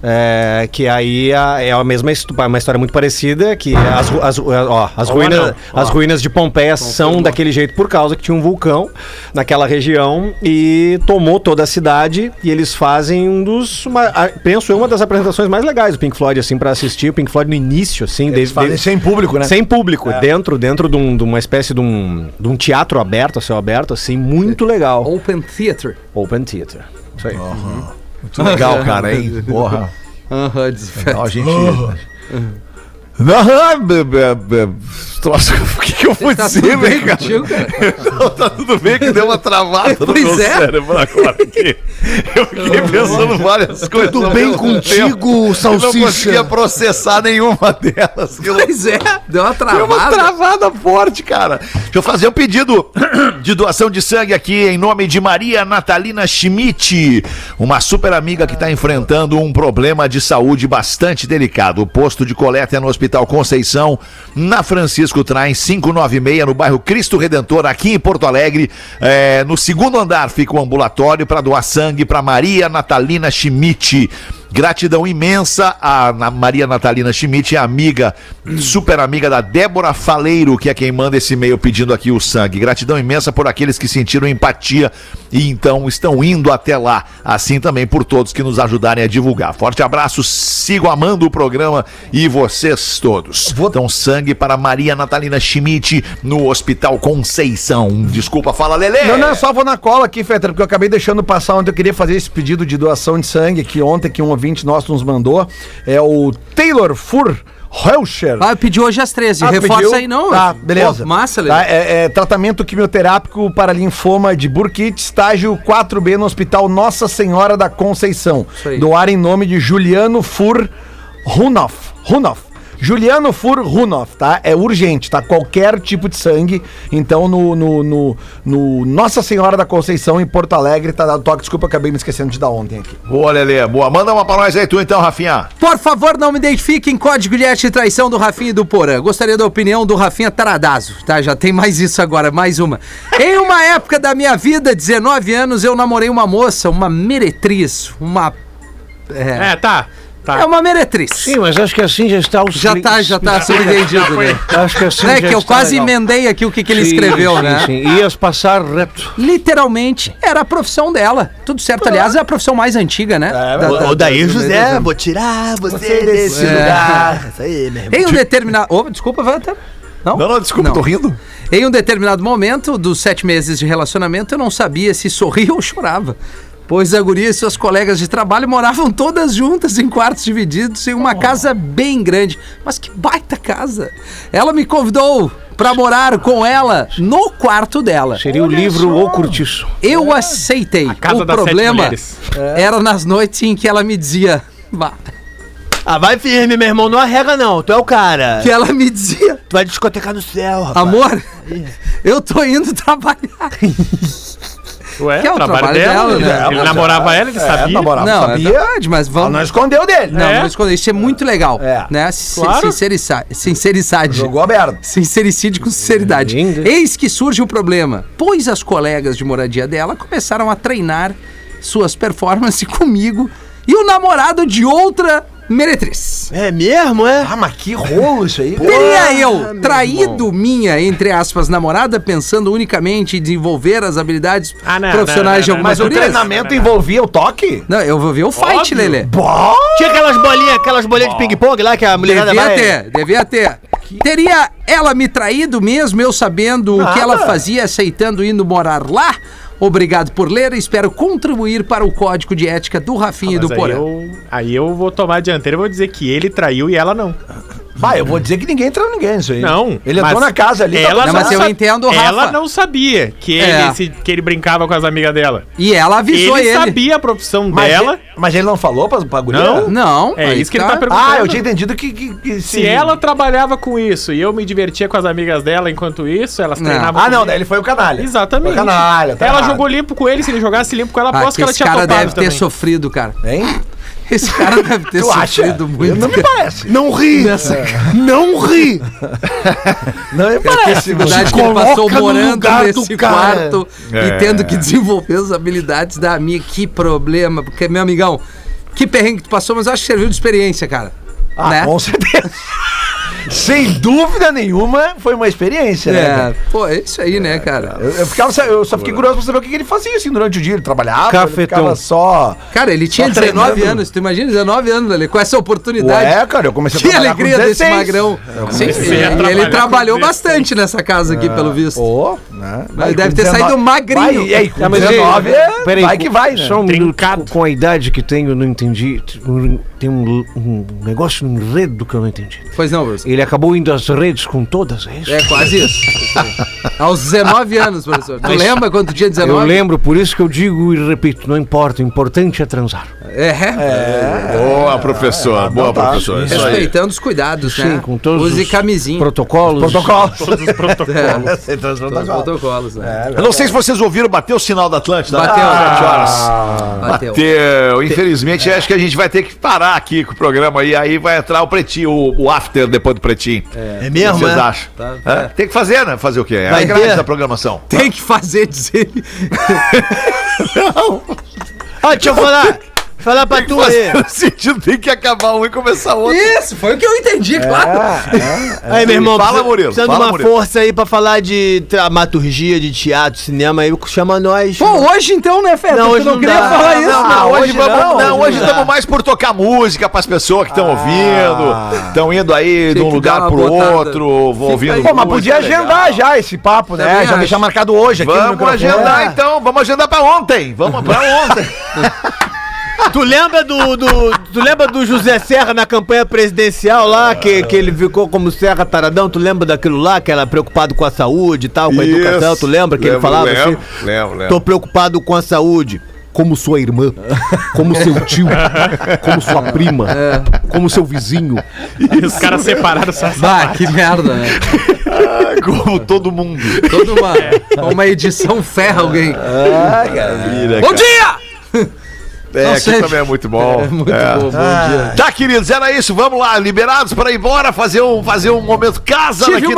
Speaker 7: É, que aí a- é a mesma histó- uma história muito parecida, que as, ru- as, ru- ó, as, ruínas, as ruínas de Pompeia é são daquele jeito por causa que tinha um vulcão naquela região e tomou toda a cidade e eles fazem um dos, uma, a- penso eu, uma das apresentações mais legais do Pink Floyd, assim, pra assistir. O Pink Floyd no início, assim, desde-
Speaker 6: Fazem
Speaker 7: desde-
Speaker 6: sem público, né?
Speaker 7: <laughs> sem público,
Speaker 2: É.
Speaker 7: dentro, dentro de, um- de uma espécie de um, de um teatro aberto, a céu aberto, assim,
Speaker 2: É.
Speaker 7: muito legal.
Speaker 2: Open Theater.
Speaker 7: Open Theater. Isso aí.
Speaker 6: Muito legal, cara, hein? Porra.
Speaker 2: Aham, desinfeta.
Speaker 6: Ó, gente.
Speaker 3: Não, be- be- be- troço, o que, que eu vou
Speaker 2: Tá
Speaker 3: dizer,
Speaker 2: tudo bem
Speaker 3: velho, é, né, cara?
Speaker 2: contigo, cara?
Speaker 3: Não, tá tudo bem que deu uma travada no
Speaker 2: Pois
Speaker 3: meu
Speaker 2: é.
Speaker 3: cérebro agora aqui. Eu fiquei pensando várias coisas.
Speaker 7: Tudo
Speaker 3: ao
Speaker 7: bem
Speaker 3: mesmo
Speaker 7: contigo,
Speaker 3: tempo. Eu
Speaker 7: salsicha?
Speaker 3: Não conseguia processar nenhuma delas. Que
Speaker 2: Pois é, deu uma
Speaker 3: Deu uma
Speaker 2: travada.
Speaker 3: travada forte, cara. Deixa eu fazer um pedido <clears throat> de doação de sangue aqui em nome de Maria Natalina Schmidt, uma super amiga que está enfrentando um problema de saúde bastante delicado. O posto de coleta é no Hospital Conceição, na Francisco Traz 596, no bairro Cristo Redentor, aqui em Porto Alegre. É, no segundo andar fica o ambulatório para doar sangue para Maria Natalina Schmidt. Gratidão imensa à Na- Maria Natalina Schmidt, amiga, super amiga da Débora Faleiro, que é quem manda esse e-mail pedindo aqui o sangue. Gratidão imensa por aqueles que sentiram empatia e então estão indo até lá. Assim também por todos que nos ajudarem a divulgar. Forte abraço, sigo amando o programa e vocês todos. Então, sangue para Maria Natalina Schmidt no Hospital Conceição. Desculpa, fala, Lelê.
Speaker 6: Não, não, só vou na cola aqui, Fetter, porque eu acabei deixando passar onde eu queria fazer esse pedido de doação de sangue que ontem que um ouvinte nosso nos mandou. É o Taylor Fur Helcher.
Speaker 2: Ah, eu pedi hoje às 13. Reforça aí, não.
Speaker 6: Tá,
Speaker 2: Pô,
Speaker 6: beleza.
Speaker 2: massa, Lelê.
Speaker 6: Tá, é, é tratamento quimioterápico para linfoma de Burkitt, estágio 4B no Hospital Nossa Senhora da Conceição.
Speaker 2: Isso aí.
Speaker 6: Doar em nome de Juliano Fur Runoff. Runoff. Juliano Fur Runoff, tá? É urgente, tá? Qualquer tipo de sangue. Então, no, no, no- no Nossa Senhora da Conceição, em Porto Alegre, tá dado toque. Desculpa, eu acabei me esquecendo de dar ontem aqui.
Speaker 3: Boa, Lelê, boa. Manda uma pra nós aí, tu então, Rafinha.
Speaker 2: Por favor, não me identifiquem. Código de arte e traição do Rafinha e do Porã. Gostaria da opinião do Rafinha Taradazo, tá? Já tem mais isso agora, mais uma. Em uma época da minha vida, 19 anos, eu namorei uma moça, uma meretriz, uma... É,
Speaker 5: É, tá.
Speaker 2: é
Speaker 5: Tá.
Speaker 2: uma meretriz.
Speaker 8: Sim, mas acho que assim já está o
Speaker 2: Já tá, já tá subentendido, né?
Speaker 8: Acho que assim
Speaker 2: É
Speaker 8: já
Speaker 2: que eu
Speaker 8: está
Speaker 2: quase
Speaker 8: legal.
Speaker 2: emendei aqui o que, que ele
Speaker 8: Sim,
Speaker 2: escreveu,
Speaker 8: sim,
Speaker 2: né?
Speaker 8: Sim, ias passar reto.
Speaker 2: Literalmente, era a profissão dela. Tudo certo, aliás, é a profissão mais antiga, né?
Speaker 3: É,
Speaker 2: Da- da-
Speaker 9: Ô, daí,
Speaker 2: do-
Speaker 9: José, vou tirar você desse
Speaker 2: É.
Speaker 9: lugar. Isso aí, meu irmão.
Speaker 2: Em um determinado. Ô, desculpa, Vanta. Não?
Speaker 3: Tipo- Não, não, desculpa, tô rindo.
Speaker 2: Em um determinado momento dos sete meses de relacionamento, eu não sabia se sorria <laughs> ou chorava. Pois a guria e suas colegas de trabalho moravam todas juntas em quartos divididos em
Speaker 5: Oh.
Speaker 2: uma casa bem grande. Mas que baita casa! Ela me convidou pra morar com ela no quarto dela.
Speaker 8: Seria o livro ou curtiço.
Speaker 2: Eu aceitei.
Speaker 5: casa
Speaker 2: o
Speaker 5: das sete
Speaker 2: problema
Speaker 5: mulheres.
Speaker 8: É.
Speaker 2: era nas noites em que ela me dizia. "Bah",
Speaker 8: Ah, vai firme, meu irmão. Não arrega, não. Tu é o cara.
Speaker 2: Que ela me dizia,
Speaker 8: Tu vai discotecar no céu, rapaz.
Speaker 2: amor, eu tô indo <laughs> trabalhar.
Speaker 5: Ué,
Speaker 2: que é o trabalho dela, né?
Speaker 5: Ele namorava ela, ele sabia.
Speaker 2: não,
Speaker 6: sabia?
Speaker 2: é verdade, mas vamos.
Speaker 6: Não escondeu dele. né?
Speaker 2: Não,
Speaker 5: É?
Speaker 2: não esconder. Isso é muito legal.
Speaker 6: É.
Speaker 2: Né? Sin-
Speaker 5: Claro.
Speaker 2: sinceriça- Sinceridade.
Speaker 6: Jogou aberto.
Speaker 2: Sincericídio com sinceridade. Eis que surge o problema. Pois as colegas de moradia dela começaram a treinar suas performances <laughs> comigo e o namorado de outra meretriz.
Speaker 8: É mesmo, é?
Speaker 6: Ah, mas que rolo isso aí. Ah,
Speaker 2: Teria eu traído minha, entre aspas, namorada, pensando unicamente em desenvolver as habilidades
Speaker 5: Ah, não,
Speaker 2: profissionais
Speaker 5: não, não,
Speaker 2: de
Speaker 5: não.
Speaker 2: algumas
Speaker 6: Mas o
Speaker 2: gurias?
Speaker 6: treinamento envolvia o toque?
Speaker 2: Não, eu vou ver o fight,
Speaker 5: Óbvio.
Speaker 2: Lelê.
Speaker 6: Bom!
Speaker 8: Tinha aquelas bolinhas, aquelas bolinhas de ping-pong lá que a mulherada
Speaker 2: Devia
Speaker 8: vai...
Speaker 2: ter, devia ter. Teria ela me traído mesmo, eu sabendo o que ela fazia, aceitando indo morar lá? Obrigado por ler e espero contribuir para o código de ética do Rafinha e do
Speaker 5: Ah, Mas
Speaker 2: Porã.
Speaker 5: aí, eu, aí eu vou tomar a dianteira e vou dizer que ele traiu e ela não.
Speaker 6: Bah, eu vou dizer que ninguém traiu ninguém isso aí.
Speaker 5: Não.
Speaker 6: Ele entrou
Speaker 5: mas
Speaker 6: na casa ali. tá
Speaker 5: Ela
Speaker 2: Não, mas eu
Speaker 5: sa-
Speaker 2: entendo o Rafa.
Speaker 5: Ela não sabia que ele,
Speaker 2: É.
Speaker 5: se- que ele brincava com as amigas dela.
Speaker 2: E ela avisou
Speaker 5: ele,
Speaker 2: ele.
Speaker 5: sabia a profissão
Speaker 6: Mas
Speaker 5: dela.
Speaker 6: Ele, mas ele não falou pra, pra guria?
Speaker 5: Não.
Speaker 2: Não,
Speaker 5: É
Speaker 2: aí
Speaker 5: isso que ele tá perguntando.
Speaker 6: Ah, eu tinha entendido que... que- que
Speaker 5: Se ela trabalhava com isso e eu me divertia com as amigas dela enquanto isso, elas
Speaker 2: Não.
Speaker 5: treinavam.
Speaker 6: Ah, não,
Speaker 5: comigo.
Speaker 6: daí ele foi o canalha.
Speaker 5: Exatamente.
Speaker 6: Foi canalha, tá
Speaker 5: ela
Speaker 6: errado.
Speaker 5: jogou limpo com ele, se ele jogasse limpo com ela,
Speaker 2: Ah, que
Speaker 5: aposto que ela
Speaker 2: esse
Speaker 5: tinha
Speaker 2: cara deve
Speaker 5: topado também.
Speaker 2: ter sofrido, cara.
Speaker 6: Hein?
Speaker 2: <laughs> Esse cara deve ter
Speaker 6: Tu acha?
Speaker 2: sofrido muito.
Speaker 6: Eu Ah, é assim. não É. me
Speaker 2: cara.
Speaker 6: parece.
Speaker 7: Não ri! Não ri!
Speaker 6: Não me
Speaker 2: A
Speaker 6: parece.
Speaker 2: dificuldade
Speaker 7: Se
Speaker 2: que ele passou
Speaker 7: coloca no
Speaker 2: morando
Speaker 7: lugar
Speaker 2: nesse
Speaker 7: do cara.
Speaker 2: quarto e tendo que desenvolver as habilidades da amiga. Que problema, porque, meu amigão, que perrengue que tu passou, mas eu acho que serviu de experiência, cara.
Speaker 6: Ah,
Speaker 2: Né?
Speaker 6: com certeza. Sem dúvida nenhuma, foi uma experiência, né?
Speaker 2: É,
Speaker 6: cara?
Speaker 2: pô, é isso aí, né, cara?
Speaker 6: Eu, eu ficava, sa- eu só fiquei curioso pra saber o que que ele fazia assim durante o dia. Ele trabalhava, ele
Speaker 8: Cafetão.
Speaker 6: ficava só.
Speaker 2: Cara, ele tinha
Speaker 6: Só
Speaker 2: 19
Speaker 6: Tá treinando.
Speaker 2: anos, tu imagina 19 anos, ali, com essa oportunidade.
Speaker 6: Ué, cara, eu comecei
Speaker 2: que
Speaker 6: trabalhar
Speaker 2: alegria
Speaker 6: com É,
Speaker 2: desse
Speaker 6: 16.
Speaker 2: magrão. Sim,
Speaker 5: comecei a
Speaker 2: e ele
Speaker 5: trabalhar
Speaker 2: trabalhou
Speaker 5: com 16.
Speaker 2: bastante nessa casa aqui, pelo visto.
Speaker 6: Pô, né?
Speaker 2: Mas
Speaker 6: Aí,
Speaker 2: deve
Speaker 6: É. com
Speaker 2: ter
Speaker 6: 19
Speaker 2: saído magrinho.
Speaker 6: Vai, e aí, com
Speaker 8: Tá, mas
Speaker 6: 19
Speaker 8: ei,
Speaker 6: é,
Speaker 8: peraí,
Speaker 6: vai que vai, né?
Speaker 8: Só um minuto,
Speaker 5: Trincado.
Speaker 8: com a idade que tenho, não entendi.
Speaker 7: tem um, um negócio, um enredo que eu não entendi.
Speaker 2: Pois não, professor.
Speaker 7: Ele acabou indo às redes com todas, é isso?
Speaker 2: É quase isso. <laughs> Aos 19 anos, professor. Tu lembra quando tu tinha 19?
Speaker 7: Eu lembro, por isso que eu digo e repito, não importa, o importante é transar.
Speaker 2: É.
Speaker 3: Boa, professor. boa, professor. Isso aí.
Speaker 2: Respeitando os cuidados, né?
Speaker 7: Sim, com todos
Speaker 2: Use
Speaker 7: os
Speaker 2: camisinha.
Speaker 7: Protocolos.
Speaker 5: Todos os protocolos.
Speaker 2: Todos os protocolos, né?
Speaker 3: Eu não sei se vocês ouviram, bateu o sinal da Atlântida.
Speaker 2: Bateu,
Speaker 3: às
Speaker 2: né?
Speaker 3: sete horas.
Speaker 2: Bateu.
Speaker 3: Bateu. Infelizmente, acho que a gente vai ter que parar aqui com o programa e aí vai entrar o pretinho, o, o after depois do pretinho. É,
Speaker 12: mesmo,
Speaker 3: Vocês
Speaker 12: é?
Speaker 3: acham? É? Tem que fazer, né? Fazer o quê? É
Speaker 12: Vai
Speaker 3: a grade
Speaker 12: ter?
Speaker 3: da programação.
Speaker 2: Tem que fazer, dizer. ele.
Speaker 4: Ah, deixa eu falar. Falar pra tu aí.
Speaker 3: <laughs> No sentido, tem que acabar um e começar outro.
Speaker 2: Isso, foi o que eu entendi, claro.
Speaker 4: <laughs> Aí, meu irmão,
Speaker 3: Fala,
Speaker 4: precisa-
Speaker 3: Murilo,
Speaker 4: precisando
Speaker 3: fala,
Speaker 4: de uma
Speaker 3: Murilo.
Speaker 4: força aí pra falar de dramaturgia, de teatro, cinema, aí chama nós.
Speaker 2: Bom, hoje então, né, Feta?
Speaker 4: Não,
Speaker 2: Tu
Speaker 4: hoje não
Speaker 2: queria
Speaker 4: dá.
Speaker 2: falar isso,
Speaker 3: Não,
Speaker 2: né?
Speaker 3: hoje, vamos, não, hoje
Speaker 4: não Ah. dá.
Speaker 3: estamos mais por tocar música para as pessoas que estão ouvindo, estão indo aí de
Speaker 2: Tem
Speaker 3: um
Speaker 2: que
Speaker 3: lugar
Speaker 2: dar uma
Speaker 3: pro
Speaker 2: botada.
Speaker 3: outro, vão ouvindo.
Speaker 6: Pô, mas
Speaker 3: música,
Speaker 6: podia
Speaker 3: legal.
Speaker 6: agendar já esse papo, né?
Speaker 2: Também
Speaker 6: já
Speaker 2: acho.
Speaker 6: deixar marcado hoje aqui no
Speaker 3: Vamos
Speaker 6: microfone.
Speaker 3: agendar
Speaker 6: É.
Speaker 3: então, vamos agendar para ontem. Vamos para ontem.
Speaker 4: Tu lembra do, do- Tu lembra do José Serra na campanha presidencial lá, que, que ele ficou como Serra Taradão? Tu lembra daquilo lá, que era preocupado com a saúde e tal, com a
Speaker 3: Isso.
Speaker 4: educação? Tu lembra que ele
Speaker 3: Lembro,
Speaker 4: falava
Speaker 3: lembro,
Speaker 4: assim?
Speaker 3: lembro, lembro.
Speaker 4: Tô preocupado com a saúde. Como sua irmã, como seu tio, como sua prima,
Speaker 6: É.
Speaker 4: como seu vizinho.
Speaker 5: <laughs> Os caras separaram essa
Speaker 2: Bah, que merda, né?
Speaker 3: Como todo mundo.
Speaker 2: Toda uma, uma edição ferra alguém.
Speaker 3: Maravilha,
Speaker 2: Bom
Speaker 3: cara.
Speaker 2: dia!
Speaker 3: É,
Speaker 2: Não
Speaker 3: aqui
Speaker 2: sei.
Speaker 3: também é muito bom.
Speaker 2: Muito
Speaker 3: É.
Speaker 2: bom, bom dia.
Speaker 3: Tá, queridos, era isso. Vamos lá, liberados para ir embora, fazer um, fazer um momento casa
Speaker 2: Tive uma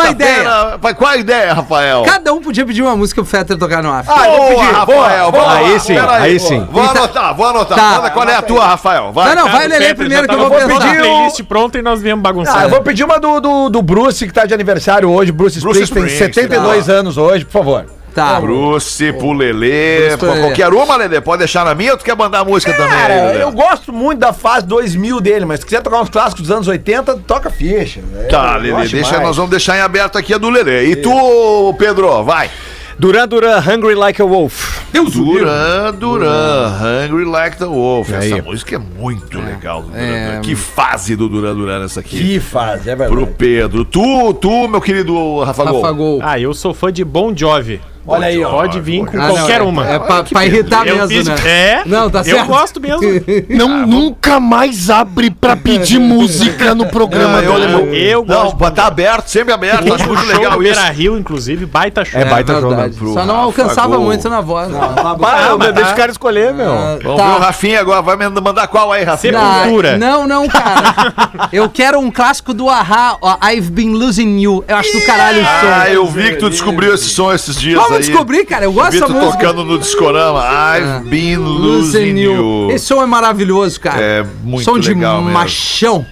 Speaker 3: Vai- Qual a ideia, Rafael?
Speaker 2: Cada um podia pedir uma música pro Fetter tocar no after.
Speaker 3: Ah, eu vou pedir. Rafael, vamos
Speaker 4: Aí
Speaker 3: lá.
Speaker 4: sim,
Speaker 3: Peraí,
Speaker 4: aí
Speaker 3: pô.
Speaker 4: sim.
Speaker 3: Vou anotar, vou anotar.
Speaker 2: Tá.
Speaker 3: Manda, qual é a tua, Rafael? Vai.
Speaker 2: não, não, vai
Speaker 5: o
Speaker 2: Lelê
Speaker 5: Fetter
Speaker 2: primeiro
Speaker 5: já
Speaker 2: que eu
Speaker 5: tava
Speaker 2: vou
Speaker 5: com a
Speaker 2: pensar.
Speaker 5: playlist pronta e nós viemos bagunçar.
Speaker 6: Ah, eu vou pedir uma do, do, do Bruce, que tá de aniversário hoje. Bruce,
Speaker 3: Bruce
Speaker 6: Springsteen,
Speaker 3: Springsteen, Ah.
Speaker 6: 72 anos hoje, por favor.
Speaker 2: Tá.
Speaker 3: Bruce, pro Lelê,
Speaker 2: Bruce pro
Speaker 3: pra
Speaker 2: Lelê.
Speaker 3: qualquer uma, Lelê. Pode deixar na minha ou tu quer mandar música
Speaker 6: Cara,
Speaker 3: também? Lelê?
Speaker 6: eu gosto muito da fase 2000 dele, mas se quiser tocar uns clássicos dos anos 80, toca ficha. né?
Speaker 3: Tá,
Speaker 6: Eu
Speaker 3: Lelê,
Speaker 6: gosto
Speaker 3: deixa,
Speaker 6: demais.
Speaker 3: nós vamos deixar em aberto aqui a do Lelê. E tu, Pedro, vai.
Speaker 4: Duran Duran, Hungry Like a Wolf.
Speaker 3: Duran, Duran, Hungry Like the Wolf. Essa
Speaker 4: aí.
Speaker 3: música é muito legal. do Duran
Speaker 2: é,
Speaker 3: Duran. que fase do Duran Duran essa aqui.
Speaker 6: Que fase, é
Speaker 3: Pro
Speaker 6: verdade.
Speaker 3: Pedro. Tu, tu, meu querido Rafa Gol.
Speaker 2: Rafa Gol.
Speaker 5: Ah, eu sou fã de Bon Jovi.
Speaker 6: Olha aí, ó.
Speaker 5: Pode vir com
Speaker 2: Ah, não,
Speaker 5: qualquer
Speaker 2: é-
Speaker 5: uma.
Speaker 2: É pra, pra irritar
Speaker 5: eu
Speaker 2: mesmo,
Speaker 5: fiz-
Speaker 2: né?
Speaker 5: É?
Speaker 2: Não, tá
Speaker 5: Eu
Speaker 2: certo. <laughs>
Speaker 5: gosto mesmo.
Speaker 7: Não, nunca mais abre pra pedir música no programa
Speaker 3: Ah, eu,
Speaker 7: dele.
Speaker 3: eu,
Speaker 5: Eu
Speaker 3: não,
Speaker 5: gosto.
Speaker 3: gosto. Tá aberto, sempre aberto. Acho
Speaker 5: o
Speaker 3: muito
Speaker 5: show
Speaker 3: legal
Speaker 5: do
Speaker 3: isso.
Speaker 5: Beira Rio, inclusive, baita show.
Speaker 2: É, verdade.
Speaker 3: pro
Speaker 2: Só não
Speaker 3: Rafa
Speaker 2: alcançava
Speaker 3: Gol.
Speaker 2: muito na voz. Não,
Speaker 4: Ah, mas deixa o cara escolher, meu.
Speaker 3: Vamos
Speaker 2: Tá.
Speaker 3: ver o Rafinha agora. Vai me mandar qual aí, Rafinha?
Speaker 5: Sempre- Cultura.
Speaker 2: Não,
Speaker 3: <laughs>
Speaker 2: não, cara. eu quero um clássico do Ahá, ó, I've Been Losing You. Eu acho do caralho o som.
Speaker 3: Ah, eu vi que tu descobriu esse som esses dias
Speaker 2: Vamos
Speaker 3: aí.
Speaker 2: descobrir, cara. Eu gosto
Speaker 3: Vi
Speaker 2: dessa
Speaker 3: tu
Speaker 2: música.
Speaker 3: tocando no discorama. I've been losing you.
Speaker 2: Esse som é maravilhoso, cara.
Speaker 3: É muito
Speaker 2: som de
Speaker 3: legal mesmo.
Speaker 2: machão.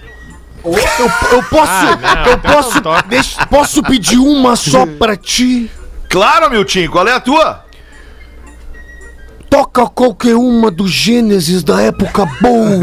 Speaker 7: Eu, eu posso,
Speaker 3: Ah,
Speaker 7: eu
Speaker 3: tá,
Speaker 7: posso,
Speaker 5: toca.
Speaker 7: deixa- posso pedir uma só pra ti?
Speaker 3: Claro, Miltinho. Qual é a tua?
Speaker 7: Toca qualquer uma do Gênesis da época
Speaker 3: <laughs>
Speaker 7: boa.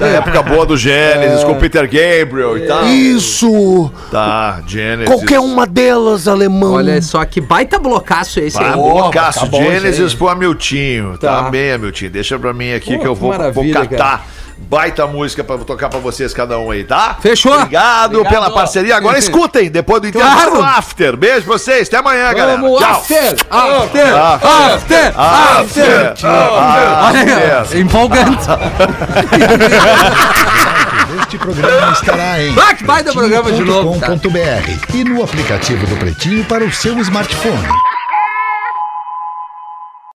Speaker 3: Da época boa do Gênesis, com Peter Gabriel e tal.
Speaker 7: Isso,
Speaker 3: Tá, Gênesis.
Speaker 7: qualquer
Speaker 2: um
Speaker 7: uma delas, alemão.
Speaker 2: Olha só que baita blocaço esse aí.
Speaker 3: Ah, loucaço. Gênesis pro Amiltinho.
Speaker 2: Tá.
Speaker 3: Também, Amiltinho. Deixa pra mim aqui
Speaker 2: Pô,
Speaker 3: que eu
Speaker 2: que
Speaker 3: vou, vou
Speaker 2: maravilha,
Speaker 3: catar. Baita música pra tocar pra vocês, cada um aí, tá?
Speaker 2: Fechou.
Speaker 3: Obrigado,
Speaker 2: Obrigado.
Speaker 3: pela parceria. Agora escutem, depois do intervalo,
Speaker 2: Claro.
Speaker 3: o after. Beijo pra vocês. Até amanhã, galera.
Speaker 2: Vamos, after, after, after, after.
Speaker 3: After. Ah,
Speaker 2: Olha aí, ó.
Speaker 3: after.
Speaker 2: empolgante.
Speaker 13: Este programa estará em
Speaker 2: Ah, que baita programa de novo, cara.
Speaker 13: pretinho.com.br e no aplicativo do Pretinho para o seu smartphone.